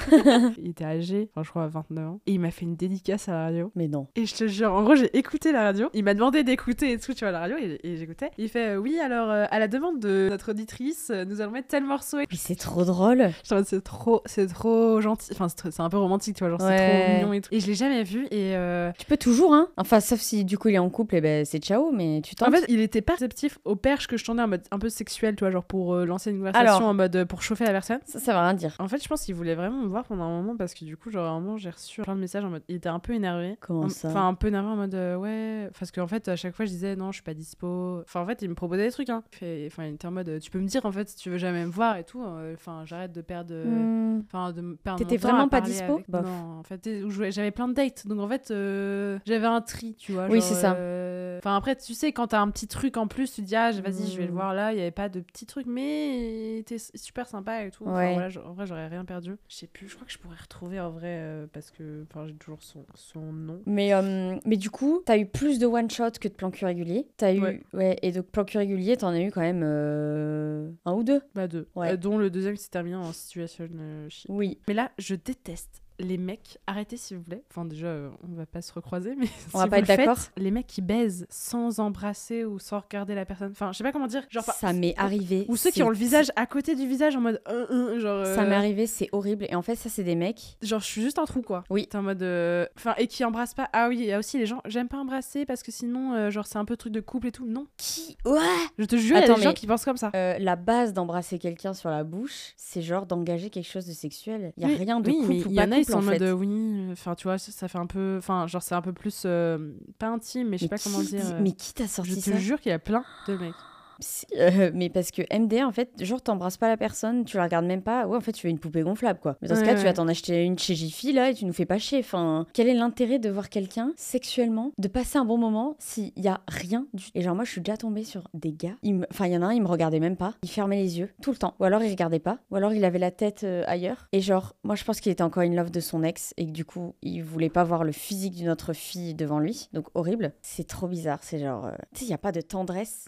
[SPEAKER 1] Il était âgé, enfin, je crois, à 29 ans. Et il m'a fait une dédicace à la radio.
[SPEAKER 2] Mais non.
[SPEAKER 1] Et je te jure, en gros, j'ai écouté la radio. Il m'a demandé d'écouter et tout, tu vois, la radio, et, et j'écoutais. Il fait euh, Oui, alors, euh, à la demande de notre auditrice, euh, nous allons mettre tel morceau. Et
[SPEAKER 2] Mais c'est trop drôle.
[SPEAKER 1] j'étais en mode, C'est trop, c'est trop gentil. Enfin, c'est tr- c'est un peu romantique, tu vois, genre, c'est
[SPEAKER 2] Ouais.
[SPEAKER 1] trop mignon et tout. Et je l'ai jamais vu. Et euh,
[SPEAKER 2] Tu peux toujours, hein. Enfin, sauf si du coup il est en couple, et ben c'est ciao, mais tu tentes.
[SPEAKER 1] en fait, il était pas réceptif aux perches que je tendais en mode un peu sexuel, tu vois, genre pour euh, lancer une conversation
[SPEAKER 2] Alors.
[SPEAKER 1] en mode euh, pour chauffer la personne.
[SPEAKER 2] Ça, ça veut rien dire.
[SPEAKER 1] En fait, je pense qu'il voulait vraiment me voir pendant un moment parce que du coup, genre, à un moment, j'ai reçu plein de messages en mode. Il était un peu énervé.
[SPEAKER 2] Comment
[SPEAKER 1] Un-
[SPEAKER 2] ça
[SPEAKER 1] Enfin, un peu énervé en mode euh, ouais. Parce qu'en fait, à chaque fois, je disais non, je suis pas dispo. Enfin, en fait, il me proposait des trucs. Hein. Fait- Enfin, il était en mode euh, tu peux me dire en fait si tu veux jamais me voir et tout. euh, Enfin, j'arrête de perdre. euh,
[SPEAKER 2] Hmm.
[SPEAKER 1] Enfin, de me perdre.
[SPEAKER 2] T'étais
[SPEAKER 1] mon temps
[SPEAKER 2] vraiment
[SPEAKER 1] à
[SPEAKER 2] pas
[SPEAKER 1] parler
[SPEAKER 2] dispo
[SPEAKER 1] avec-
[SPEAKER 2] Bof.
[SPEAKER 1] Non, en fait, t'es- je- j'avais plein de dates. Donc, en fait, euh, j'avais un tri, tu vois.
[SPEAKER 2] Oui,
[SPEAKER 1] genre,
[SPEAKER 2] c'est ça.
[SPEAKER 1] euh, Enfin, après, tu sais, quand t'as un petit truc en plus, tu te dis, ah, je- vas-y, je vais le
[SPEAKER 2] Mm.
[SPEAKER 1] voir là. Il y avait pas de petit truc, mais il était s- super sympa et tout. Enfin,
[SPEAKER 2] Ouais.
[SPEAKER 1] voilà, j- en vrai, j'aurais rien perdu. Je sais plus, je crois que je pourrais retrouver en vrai euh, parce que enfin, j'ai toujours son, son nom.
[SPEAKER 2] Mais, euh, mais du coup, t'as eu plus de one-shot que de plans cul réguliers. T'as eu...
[SPEAKER 1] Ouais.
[SPEAKER 2] ouais, et donc plans cul réguliers, t'en as eu quand même euh, un ou deux.
[SPEAKER 1] Bah deux.
[SPEAKER 2] Ouais.
[SPEAKER 1] Euh, dont le deuxième qui s'est terminé en situation euh, shit.
[SPEAKER 2] Oui.
[SPEAKER 1] Mais là, je déteste les mecs, arrêtez s'il vous plaît. Enfin, déjà, euh, on va pas se recroiser, mais. [LAUGHS] si
[SPEAKER 2] va
[SPEAKER 1] vous
[SPEAKER 2] pas
[SPEAKER 1] le
[SPEAKER 2] être d'accord.
[SPEAKER 1] faites, Les mecs qui baisent sans embrasser ou sans regarder la personne. Enfin, je sais pas comment dire. Genre, pas-
[SPEAKER 2] ça m'est arrivé.
[SPEAKER 1] Ou ceux qui
[SPEAKER 2] c'est-
[SPEAKER 1] ont le visage à côté du visage en mode. euh, euh, genre,
[SPEAKER 2] Ça m'est
[SPEAKER 1] euh,
[SPEAKER 2] arrivé, c'est horrible. Et en fait, ça, c'est des mecs.
[SPEAKER 1] Genre, je suis juste un trou, quoi.
[SPEAKER 2] Oui.
[SPEAKER 1] T'es en mode. euh, Enfin, et qui embrasse pas. Ah oui, il y a aussi les gens. J'aime pas embrasser parce que sinon, euh, genre, c'est un peu truc de couple et tout. Non.
[SPEAKER 2] Qui Ouais
[SPEAKER 1] Je te jure, il y a des
[SPEAKER 2] Attends,
[SPEAKER 1] gens
[SPEAKER 2] mais-
[SPEAKER 1] qui pensent comme ça.
[SPEAKER 2] Euh, la base d'embrasser quelqu'un sur la bouche, c'est genre d'engager quelque chose de sexuel. Il y a
[SPEAKER 1] Oui,
[SPEAKER 2] rien de
[SPEAKER 1] oui,
[SPEAKER 2] couple
[SPEAKER 1] mais
[SPEAKER 2] ou
[SPEAKER 1] il y
[SPEAKER 2] pas
[SPEAKER 1] en a, ils
[SPEAKER 2] couple,
[SPEAKER 1] sont en mode
[SPEAKER 2] fait.
[SPEAKER 1] euh, oui, euh, enfin tu vois, ça, ça fait un peu, enfin genre c'est un peu plus euh, pas intime, mais je sais
[SPEAKER 2] Mais
[SPEAKER 1] pas
[SPEAKER 2] qui
[SPEAKER 1] comment
[SPEAKER 2] dit-
[SPEAKER 1] dire. euh,
[SPEAKER 2] Mais qui t'a
[SPEAKER 1] je
[SPEAKER 2] sorti
[SPEAKER 1] te
[SPEAKER 2] ça
[SPEAKER 1] jure qu'il y a plein de mecs.
[SPEAKER 2] Si, euh, [LAUGHS] Mais parce que MD, en fait, genre t'embrasses pas la personne, tu la regardes même pas. Ouais, en fait, tu es une poupée gonflable, quoi. Mais dans ce
[SPEAKER 1] Ouais,
[SPEAKER 2] cas,
[SPEAKER 1] ouais.
[SPEAKER 2] tu vas t'en acheter une chez Jiffy, là, et tu nous fais pas chier. Enfin, quel est l'intérêt de voir quelqu'un sexuellement, de passer un bon moment s'il y a rien du Et genre, moi, je suis déjà tombée sur des gars. ils me- Enfin, il y en a un, il me regardait même pas. Il fermait les yeux tout le temps. Ou alors, il regardait pas. Ou alors, il avait la tête euh, ailleurs. Et genre, moi, je pense qu'il était encore in love de son ex et que du coup, il voulait pas voir le physique d'une autre fille devant lui. Donc, horrible. C'est trop bizarre. C'est genre, euh, tu sais, il y a pas de tendresse.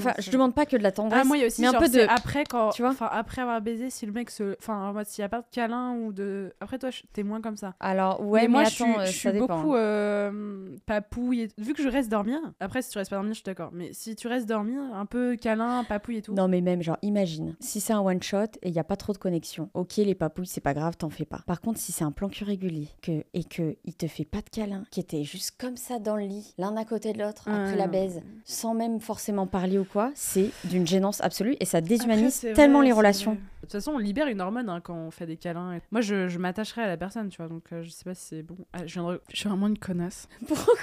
[SPEAKER 2] Enfin, je demande pas que de la tendresse,
[SPEAKER 1] Mmh. Ah moi il y a aussi
[SPEAKER 2] mais un
[SPEAKER 1] genre,
[SPEAKER 2] peu
[SPEAKER 1] c'est
[SPEAKER 2] de.
[SPEAKER 1] après quand,
[SPEAKER 2] tu vois
[SPEAKER 1] enfin après avoir baisé, si le mec se, enfin en mode s'il y a pas de câlin ou de, après toi je- t'es moins comme ça.
[SPEAKER 2] Alors ouais,
[SPEAKER 1] mais
[SPEAKER 2] mais,
[SPEAKER 1] moi je
[SPEAKER 2] attends,
[SPEAKER 1] suis,
[SPEAKER 2] euh, ça
[SPEAKER 1] je suis
[SPEAKER 2] dépend.
[SPEAKER 1] beaucoup euh, papouille. et- Vu que je reste dormir, après si tu restes pas dormir, je suis d'accord. Mais si tu restes dormir, un peu câlin, papouille et tout.
[SPEAKER 2] Non mais même genre imagine si c'est un one shot et il y a pas trop de connexion. OK les papouilles c'est pas grave t'en fais pas. Par contre si c'est un plan cul régulier que et que il te fait pas de câlin qui était juste comme ça dans le lit l'un à côté de l'autre après
[SPEAKER 1] Ouais,
[SPEAKER 2] la
[SPEAKER 1] non.
[SPEAKER 2] baise sans même forcément parler ou quoi c'est d'une gênance absolue et ça
[SPEAKER 1] Après,
[SPEAKER 2] déshumanise
[SPEAKER 1] c'est
[SPEAKER 2] tellement
[SPEAKER 1] vrai,
[SPEAKER 2] les
[SPEAKER 1] c'est
[SPEAKER 2] relations.
[SPEAKER 1] vrai. De toute façon, on libère une hormone hein, quand on fait des câlins. et- Moi, je, je m'attacherai à la personne, tu vois, donc euh, je sais pas si c'est bon. Ah, je, viens de re- je suis vraiment une connasse.
[SPEAKER 2] [LAUGHS] Pourquoi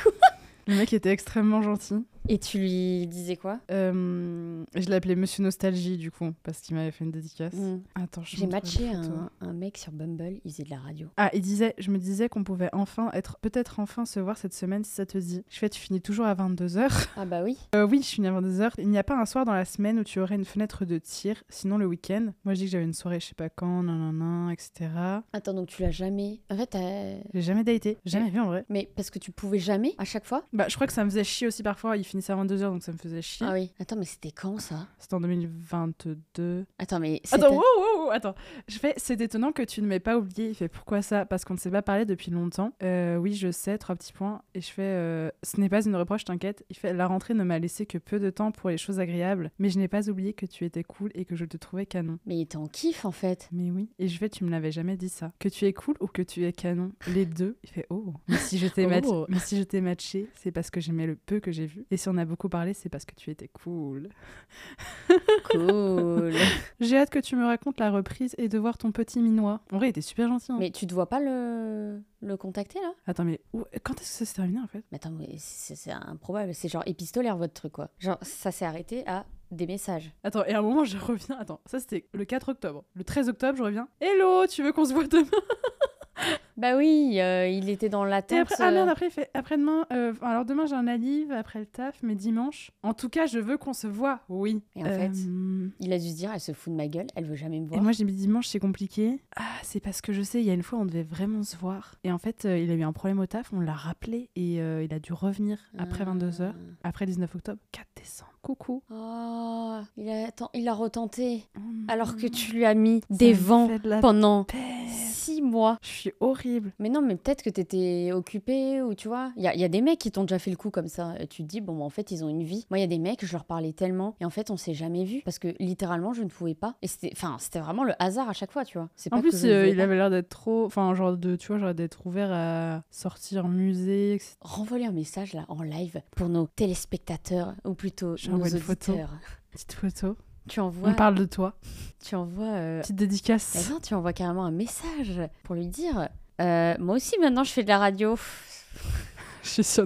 [SPEAKER 1] Le mec était extrêmement gentil.
[SPEAKER 2] Et tu lui disais quoi
[SPEAKER 1] Euh, je l'appelais Monsieur Nostalgie, du coup, parce qu'il m'avait fait une dédicace.
[SPEAKER 2] Mm.
[SPEAKER 1] Attends, Mmh. je
[SPEAKER 2] J'ai
[SPEAKER 1] montre
[SPEAKER 2] matché
[SPEAKER 1] une photo.
[SPEAKER 2] un, un mec sur Bumble, il faisait de la radio.
[SPEAKER 1] Ah, il disait, je me disais qu'on pouvait enfin être, peut-être enfin se voir cette semaine si ça te dit. Je fais, tu finis toujours à 22h.
[SPEAKER 2] Ah bah oui.
[SPEAKER 1] [LAUGHS] Euh, oui, je finis à 22h. Il n'y a pas un soir dans la semaine où tu aurais une fenêtre de tir, sinon le week-end. Moi, je dis que j'avais une soirée, je sais pas quand, nan, nan, nan, etc.
[SPEAKER 2] Attends donc tu l'as jamais. En fait t'as-
[SPEAKER 1] J'ai jamais daté, jamais vu en vrai.
[SPEAKER 2] Mais parce que tu pouvais jamais à chaque fois
[SPEAKER 1] Bah, je crois que ça me faisait chier aussi parfois. Il finissait à 22h, donc ça me faisait chier.
[SPEAKER 2] Ah oui. Attends, mais c'était quand ça
[SPEAKER 1] C'était en 2022.
[SPEAKER 2] Attends, mais.
[SPEAKER 1] Attends, oh
[SPEAKER 2] c'était-
[SPEAKER 1] wow, wow, wow, attends. Je fais, c'est étonnant que tu ne m'aies pas oublié. Il fait, pourquoi ça Parce qu'on ne s'est pas parlé depuis longtemps. Euh, oui, je sais, trois petits points. Et je fais, euh, ce n'est pas une reproche, t'inquiète. Il fait, la rentrée ne m'a laissé que peu de temps pour les choses agréables, mais je n'ai pas oublié que tu étais cool et que je te trouvais canon.
[SPEAKER 2] Mais il était en kiff en
[SPEAKER 1] [LAUGHS]
[SPEAKER 2] fait.
[SPEAKER 1] Mais oui, et je fais, tu me l'avais jamais dit ça. Que tu es cool ou que tu es canon Les deux. Il fait, oh, mais si je t'ai
[SPEAKER 2] Oh.
[SPEAKER 1] match- mais si je t'ai matché, c'est parce que j'aimais le peu que j'ai vu. Et si on a beaucoup parlé, c'est parce que tu étais cool. [LAUGHS]
[SPEAKER 2] Cool.
[SPEAKER 1] J'ai hâte que tu me racontes la reprise et de voir ton petit minois. En vrai, il était super gentil. hein.
[SPEAKER 2] mais tu te vois pas le, le contacter là
[SPEAKER 1] Attends, mais où- quand est-ce que ça s'est terminé en fait
[SPEAKER 2] Mais attends, mais c'est c'est improbable. C'est genre épistolaire votre truc quoi. Genre, ça s'est arrêté à des messages.
[SPEAKER 1] Attends, et à un moment, je reviens. Attends, ça c'était le 4 octobre. Le 13 octobre, je reviens. Hello, tu veux qu'on se voit demain
[SPEAKER 2] Bah oui, euh, il était dans
[SPEAKER 1] Et
[SPEAKER 2] l'attente.
[SPEAKER 1] après, ah merde,
[SPEAKER 2] euh,
[SPEAKER 1] après, il fait après-demain. euh, alors demain, j'ai un alive, après le taf, mais dimanche. En tout cas, je veux qu'on se voit, oui. Euh,
[SPEAKER 2] Et en fait Il a dû se dire, elle se fout de ma gueule, elle veut jamais me
[SPEAKER 1] Et
[SPEAKER 2] voir.
[SPEAKER 1] moi j'ai mis dimanche c'est compliqué. Ah c'est parce que je sais il y a une fois on devait vraiment se voir et en fait euh, il a eu un problème au taf on l'a rappelé et euh, il a dû revenir après
[SPEAKER 2] Ah.
[SPEAKER 1] 22h après le 19 octobre 4 décembre coucou
[SPEAKER 2] Oh, il a, attends, il a retenté. Alors que
[SPEAKER 1] Mmh.
[SPEAKER 2] tu lui as mis
[SPEAKER 1] Ça
[SPEAKER 2] des
[SPEAKER 1] me
[SPEAKER 2] vents
[SPEAKER 1] fait de la
[SPEAKER 2] pendant
[SPEAKER 1] peine.
[SPEAKER 2] six mois.
[SPEAKER 1] Je suis horrible.
[SPEAKER 2] Mais non, mais peut-être que t'étais occupée ou tu vois. Il y a, y a des mecs qui t'ont déjà fait le coup comme ça. Et tu te dis, bon, bah, en fait, ils ont une vie. Moi, il y a des mecs, je leur parlais tellement. Et en fait, on s'est jamais vus. Parce que littéralement, je ne pouvais pas. Et c'était enfin, c'était vraiment le hasard à chaque fois, tu vois. C'est
[SPEAKER 1] En
[SPEAKER 2] pas que
[SPEAKER 1] plus,
[SPEAKER 2] je ne
[SPEAKER 1] euh,
[SPEAKER 2] voulais
[SPEAKER 1] il
[SPEAKER 2] pas.
[SPEAKER 1] avait l'air d'être trop. Enfin, genre de. Tu vois, genre d'être ouvert à sortir musée, etc.
[SPEAKER 2] Renvoyer un message là en live pour nos téléspectateurs ou plutôt
[SPEAKER 1] Je
[SPEAKER 2] nos
[SPEAKER 1] t'envoie une photo.
[SPEAKER 2] auditeurs.
[SPEAKER 1] Petite photo.
[SPEAKER 2] Tu envoies,
[SPEAKER 1] On parle de toi.
[SPEAKER 2] tu envoies, euh,
[SPEAKER 1] Petite
[SPEAKER 2] bah
[SPEAKER 1] [LAUGHS] dédicace.
[SPEAKER 2] non, tu envoies carrément un message pour lui dire, euh, moi aussi maintenant je fais de la radio.
[SPEAKER 1] Je suis sur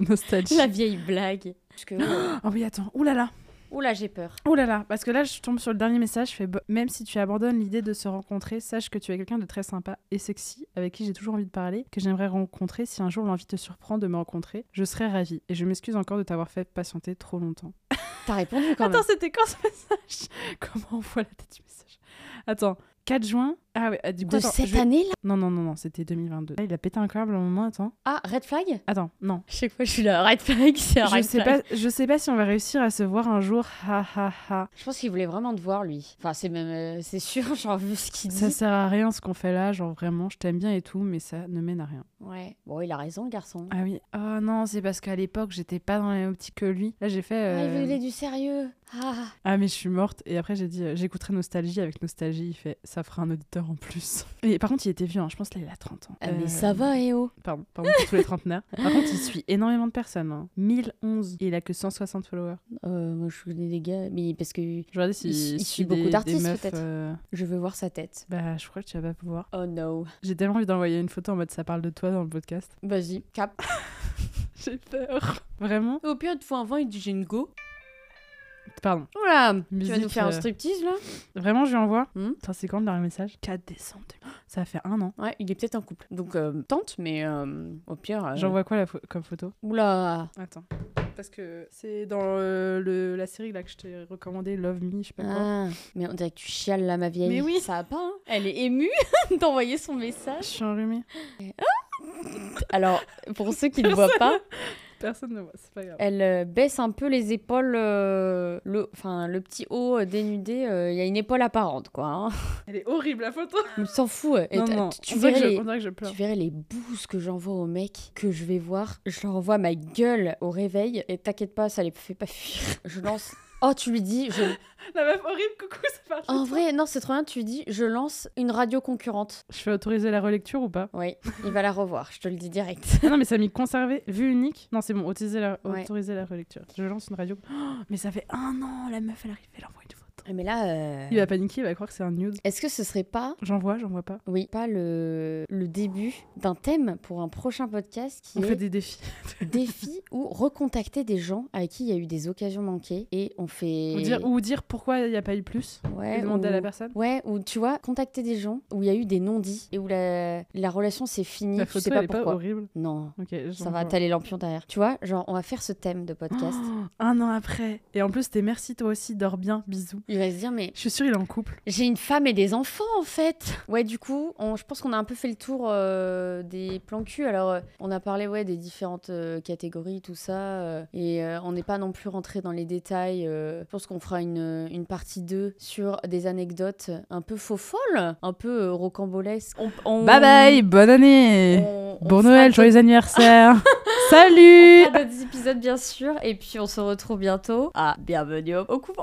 [SPEAKER 2] [LAUGHS]
[SPEAKER 1] Nostalgie.
[SPEAKER 2] la vieille blague. Parce que oh,
[SPEAKER 1] Oh oui, attends. Ouh là là.
[SPEAKER 2] là j'ai peur.
[SPEAKER 1] Ouh là là. Parce que là, je tombe sur le dernier message. Je fais bo- Même si tu abandonnes l'idée de se rencontrer, sache que tu es quelqu'un de très sympa et sexy, avec qui j'ai toujours envie de parler, que j'aimerais rencontrer si un jour l'envie te surprend de me rencontrer. Je serais ravie. Et je m'excuse encore de t'avoir fait patienter trop longtemps.
[SPEAKER 2] T'as répondu quand même.
[SPEAKER 1] Attends, c'était quand ce message Comment on voit la tête du message Attends, 4 juin. Ah ouais, euh, du coup,
[SPEAKER 2] De
[SPEAKER 1] attends,
[SPEAKER 2] cette
[SPEAKER 1] je-
[SPEAKER 2] année-là
[SPEAKER 1] Non, non, non, non, c'était 2022. Ah, il a pété un câble à un moment, attends.
[SPEAKER 2] Ah, red flag
[SPEAKER 1] Attends, non.
[SPEAKER 2] Chaque fois, je suis là, red flag, c'est un
[SPEAKER 1] Je
[SPEAKER 2] red
[SPEAKER 1] sais,
[SPEAKER 2] flag.
[SPEAKER 1] pas, je sais pas si on va réussir à se voir un jour. Ha ha ha.
[SPEAKER 2] Je pense qu'il voulait vraiment te voir, lui. Enfin, c'est même... euh, c'est sûr, [LAUGHS] genre, vu ce qu'il dit.
[SPEAKER 1] Ça sert à rien ce qu'on fait là, genre vraiment, je t'aime bien et tout, mais ça ne mène à rien.
[SPEAKER 2] Ouais. Bon, il a raison, le garçon.
[SPEAKER 1] Ah oui. Oh non, c'est parce qu'à l'époque, j'étais pas dans la même optique que lui. Là, j'ai fait.
[SPEAKER 2] Ah, il
[SPEAKER 1] euh,
[SPEAKER 2] voulait du sérieux. Ah.
[SPEAKER 1] Ah mais je suis morte et après j'ai dit euh, j'écouterai Nostalgie avec Nostalgie il fait ça fera un auditeur en plus. Et par contre il était vieux hein, je pense là il a 30 ans.
[SPEAKER 2] Ah,
[SPEAKER 1] Euh,
[SPEAKER 2] mais ça va, eh oh.
[SPEAKER 1] Pardon, pardon pour tous les [LAUGHS] trentenaires. Par contre il suit énormément de personnes. hein. 1011 et il a que 160 followers.
[SPEAKER 2] Euh, moi, je connais des gars, mais parce que
[SPEAKER 1] Je regardais si
[SPEAKER 2] Il su- il
[SPEAKER 1] si
[SPEAKER 2] suit
[SPEAKER 1] des-
[SPEAKER 2] beaucoup
[SPEAKER 1] des
[SPEAKER 2] d'artistes,
[SPEAKER 1] meufs,
[SPEAKER 2] peut-être.
[SPEAKER 1] euh,
[SPEAKER 2] je veux voir sa tête.
[SPEAKER 1] Bah je crois que tu vas pas pouvoir.
[SPEAKER 2] Oh no.
[SPEAKER 1] J'ai tellement envie d'envoyer une photo en mode ça parle de toi dans le podcast.
[SPEAKER 2] Vas-y, cap.
[SPEAKER 1] [LAUGHS] J'ai peur. Vraiment
[SPEAKER 2] Au pire, de fois avant, il dit j'ai une go.
[SPEAKER 1] Pardon.
[SPEAKER 2] Oula, tu vas
[SPEAKER 1] Musique,
[SPEAKER 2] nous faire un
[SPEAKER 1] euh,
[SPEAKER 2] striptease, là
[SPEAKER 1] Vraiment je lui envoie.
[SPEAKER 2] Hmm
[SPEAKER 1] Attends c'est quand le dernier message 4 décembre. Ça fait un an.
[SPEAKER 2] Ouais, il est peut-être en couple. Donc, euh, tente, mais euh, au pire. euh,
[SPEAKER 1] J'envoie quoi la pho- comme photo
[SPEAKER 2] Oula.
[SPEAKER 1] Ah Attends. Parce que c'est dans euh, le, la série là que je t'ai recommandé, Love Me, je sais pas quoi.
[SPEAKER 2] Ah, mais on dirait que tu chiales là, ma vieille.
[SPEAKER 1] Mais oui.
[SPEAKER 2] Ça va pas, hein Elle est
[SPEAKER 1] [LAUGHS]
[SPEAKER 2] émue d'envoyer son message.
[SPEAKER 1] Ah. Je suis enrhumée.
[SPEAKER 2] Alors, pour ceux qui ne voient pas,
[SPEAKER 1] Personne ne voit, c'est pas grave.
[SPEAKER 2] elle euh, baisse un peu les épaules, euh, le, enfin, le petit haut euh, dénudé, euh, il y a une épaule apparente, quoi. hein.
[SPEAKER 1] Elle est horrible la photo.
[SPEAKER 2] Mais s'en fout. euh, et
[SPEAKER 1] non,
[SPEAKER 2] t-
[SPEAKER 1] non,
[SPEAKER 2] t-
[SPEAKER 1] on
[SPEAKER 2] Tu,
[SPEAKER 1] dirait que
[SPEAKER 2] verrais
[SPEAKER 1] je,
[SPEAKER 2] les,
[SPEAKER 1] on dirait que je
[SPEAKER 2] tu
[SPEAKER 1] pleure.
[SPEAKER 2] verrais les bouses que j'envoie aux mecs que je vais voir. Je leur envoie ma gueule au réveil, et t'inquiète pas, ça les fait pas fuir. Je lance... Oh, tu lui dis... je-
[SPEAKER 1] La meuf horrible, coucou, c'est parti.
[SPEAKER 2] En vrai, non, c'est trop bien, tu lui dis, je lance une radio concurrente.
[SPEAKER 1] Je fais autoriser la relecture ou pas
[SPEAKER 2] Oui, il va la revoir, je te le dis direct.
[SPEAKER 1] ah Non, mais ça a mis conserver, vue unique. Non, c'est bon, autoriser la,
[SPEAKER 2] Ouais.
[SPEAKER 1] autoriser la relecture. Je lance une radio. Oh, mais ça fait un an, la meuf, elle arrive, elle envoie une photo.
[SPEAKER 2] Mais là... euh,
[SPEAKER 1] Il va paniquer, il va croire que c'est un nude.
[SPEAKER 2] Est-ce que ce serait pas
[SPEAKER 1] J'en vois, j'en vois pas.
[SPEAKER 2] Oui, pas le, le début d'un thème pour un prochain podcast qui
[SPEAKER 1] On fait
[SPEAKER 2] est
[SPEAKER 1] des défis. [LAUGHS]
[SPEAKER 2] défi [LAUGHS] ou recontacter des gens avec qui il y a eu des occasions manquées et on fait
[SPEAKER 1] Ou, dire, ou dire pourquoi il n'y a pas eu plus.
[SPEAKER 2] ouais,
[SPEAKER 1] et demander à
[SPEAKER 2] ou-
[SPEAKER 1] la personne.
[SPEAKER 2] Ouais, ou tu vois, contacter des gens où il y a eu des non-dits et où la, la relation s'est finie,
[SPEAKER 1] La
[SPEAKER 2] tu
[SPEAKER 1] photo,
[SPEAKER 2] sais
[SPEAKER 1] elle
[SPEAKER 2] pas
[SPEAKER 1] est pas
[SPEAKER 2] pourquoi.
[SPEAKER 1] horrible.
[SPEAKER 2] non,
[SPEAKER 1] Ok,
[SPEAKER 2] ça
[SPEAKER 1] j'en
[SPEAKER 2] va,
[SPEAKER 1] vois.
[SPEAKER 2] t'as les lampions derrière. Tu vois, genre on va faire ce thème de
[SPEAKER 1] [GASPS]
[SPEAKER 2] podcast.
[SPEAKER 1] Oh, un an après. Et en plus, t'es merci, toi aussi, dors bien, bisous.
[SPEAKER 2] Il va se dire mais
[SPEAKER 1] Je suis sûre, il est en couple.
[SPEAKER 2] j'ai une femme et des enfants en fait. Ouais, du coup, on- je pense qu'on a un peu fait le tour euh, des plans cul. Alors, euh, on a parlé ouais des différentes euh, catégories, tout ça, euh, et euh, on n'est pas non plus rentré dans les détails. euh. je pense qu'on fera une, euh, une partie 2 sur des anecdotes un peu faux folles, un peu euh, rocambolesques. On- on-
[SPEAKER 1] bonne année
[SPEAKER 2] on- Euh, on
[SPEAKER 1] Bon
[SPEAKER 2] fera
[SPEAKER 1] Noël,
[SPEAKER 2] d'autres- [LAUGHS]
[SPEAKER 1] joyeux anniversaire
[SPEAKER 2] on
[SPEAKER 1] Salut
[SPEAKER 2] fera d'autres épisodes bien sûr, et puis on se retrouve bientôt. À bienvenue au au couvent.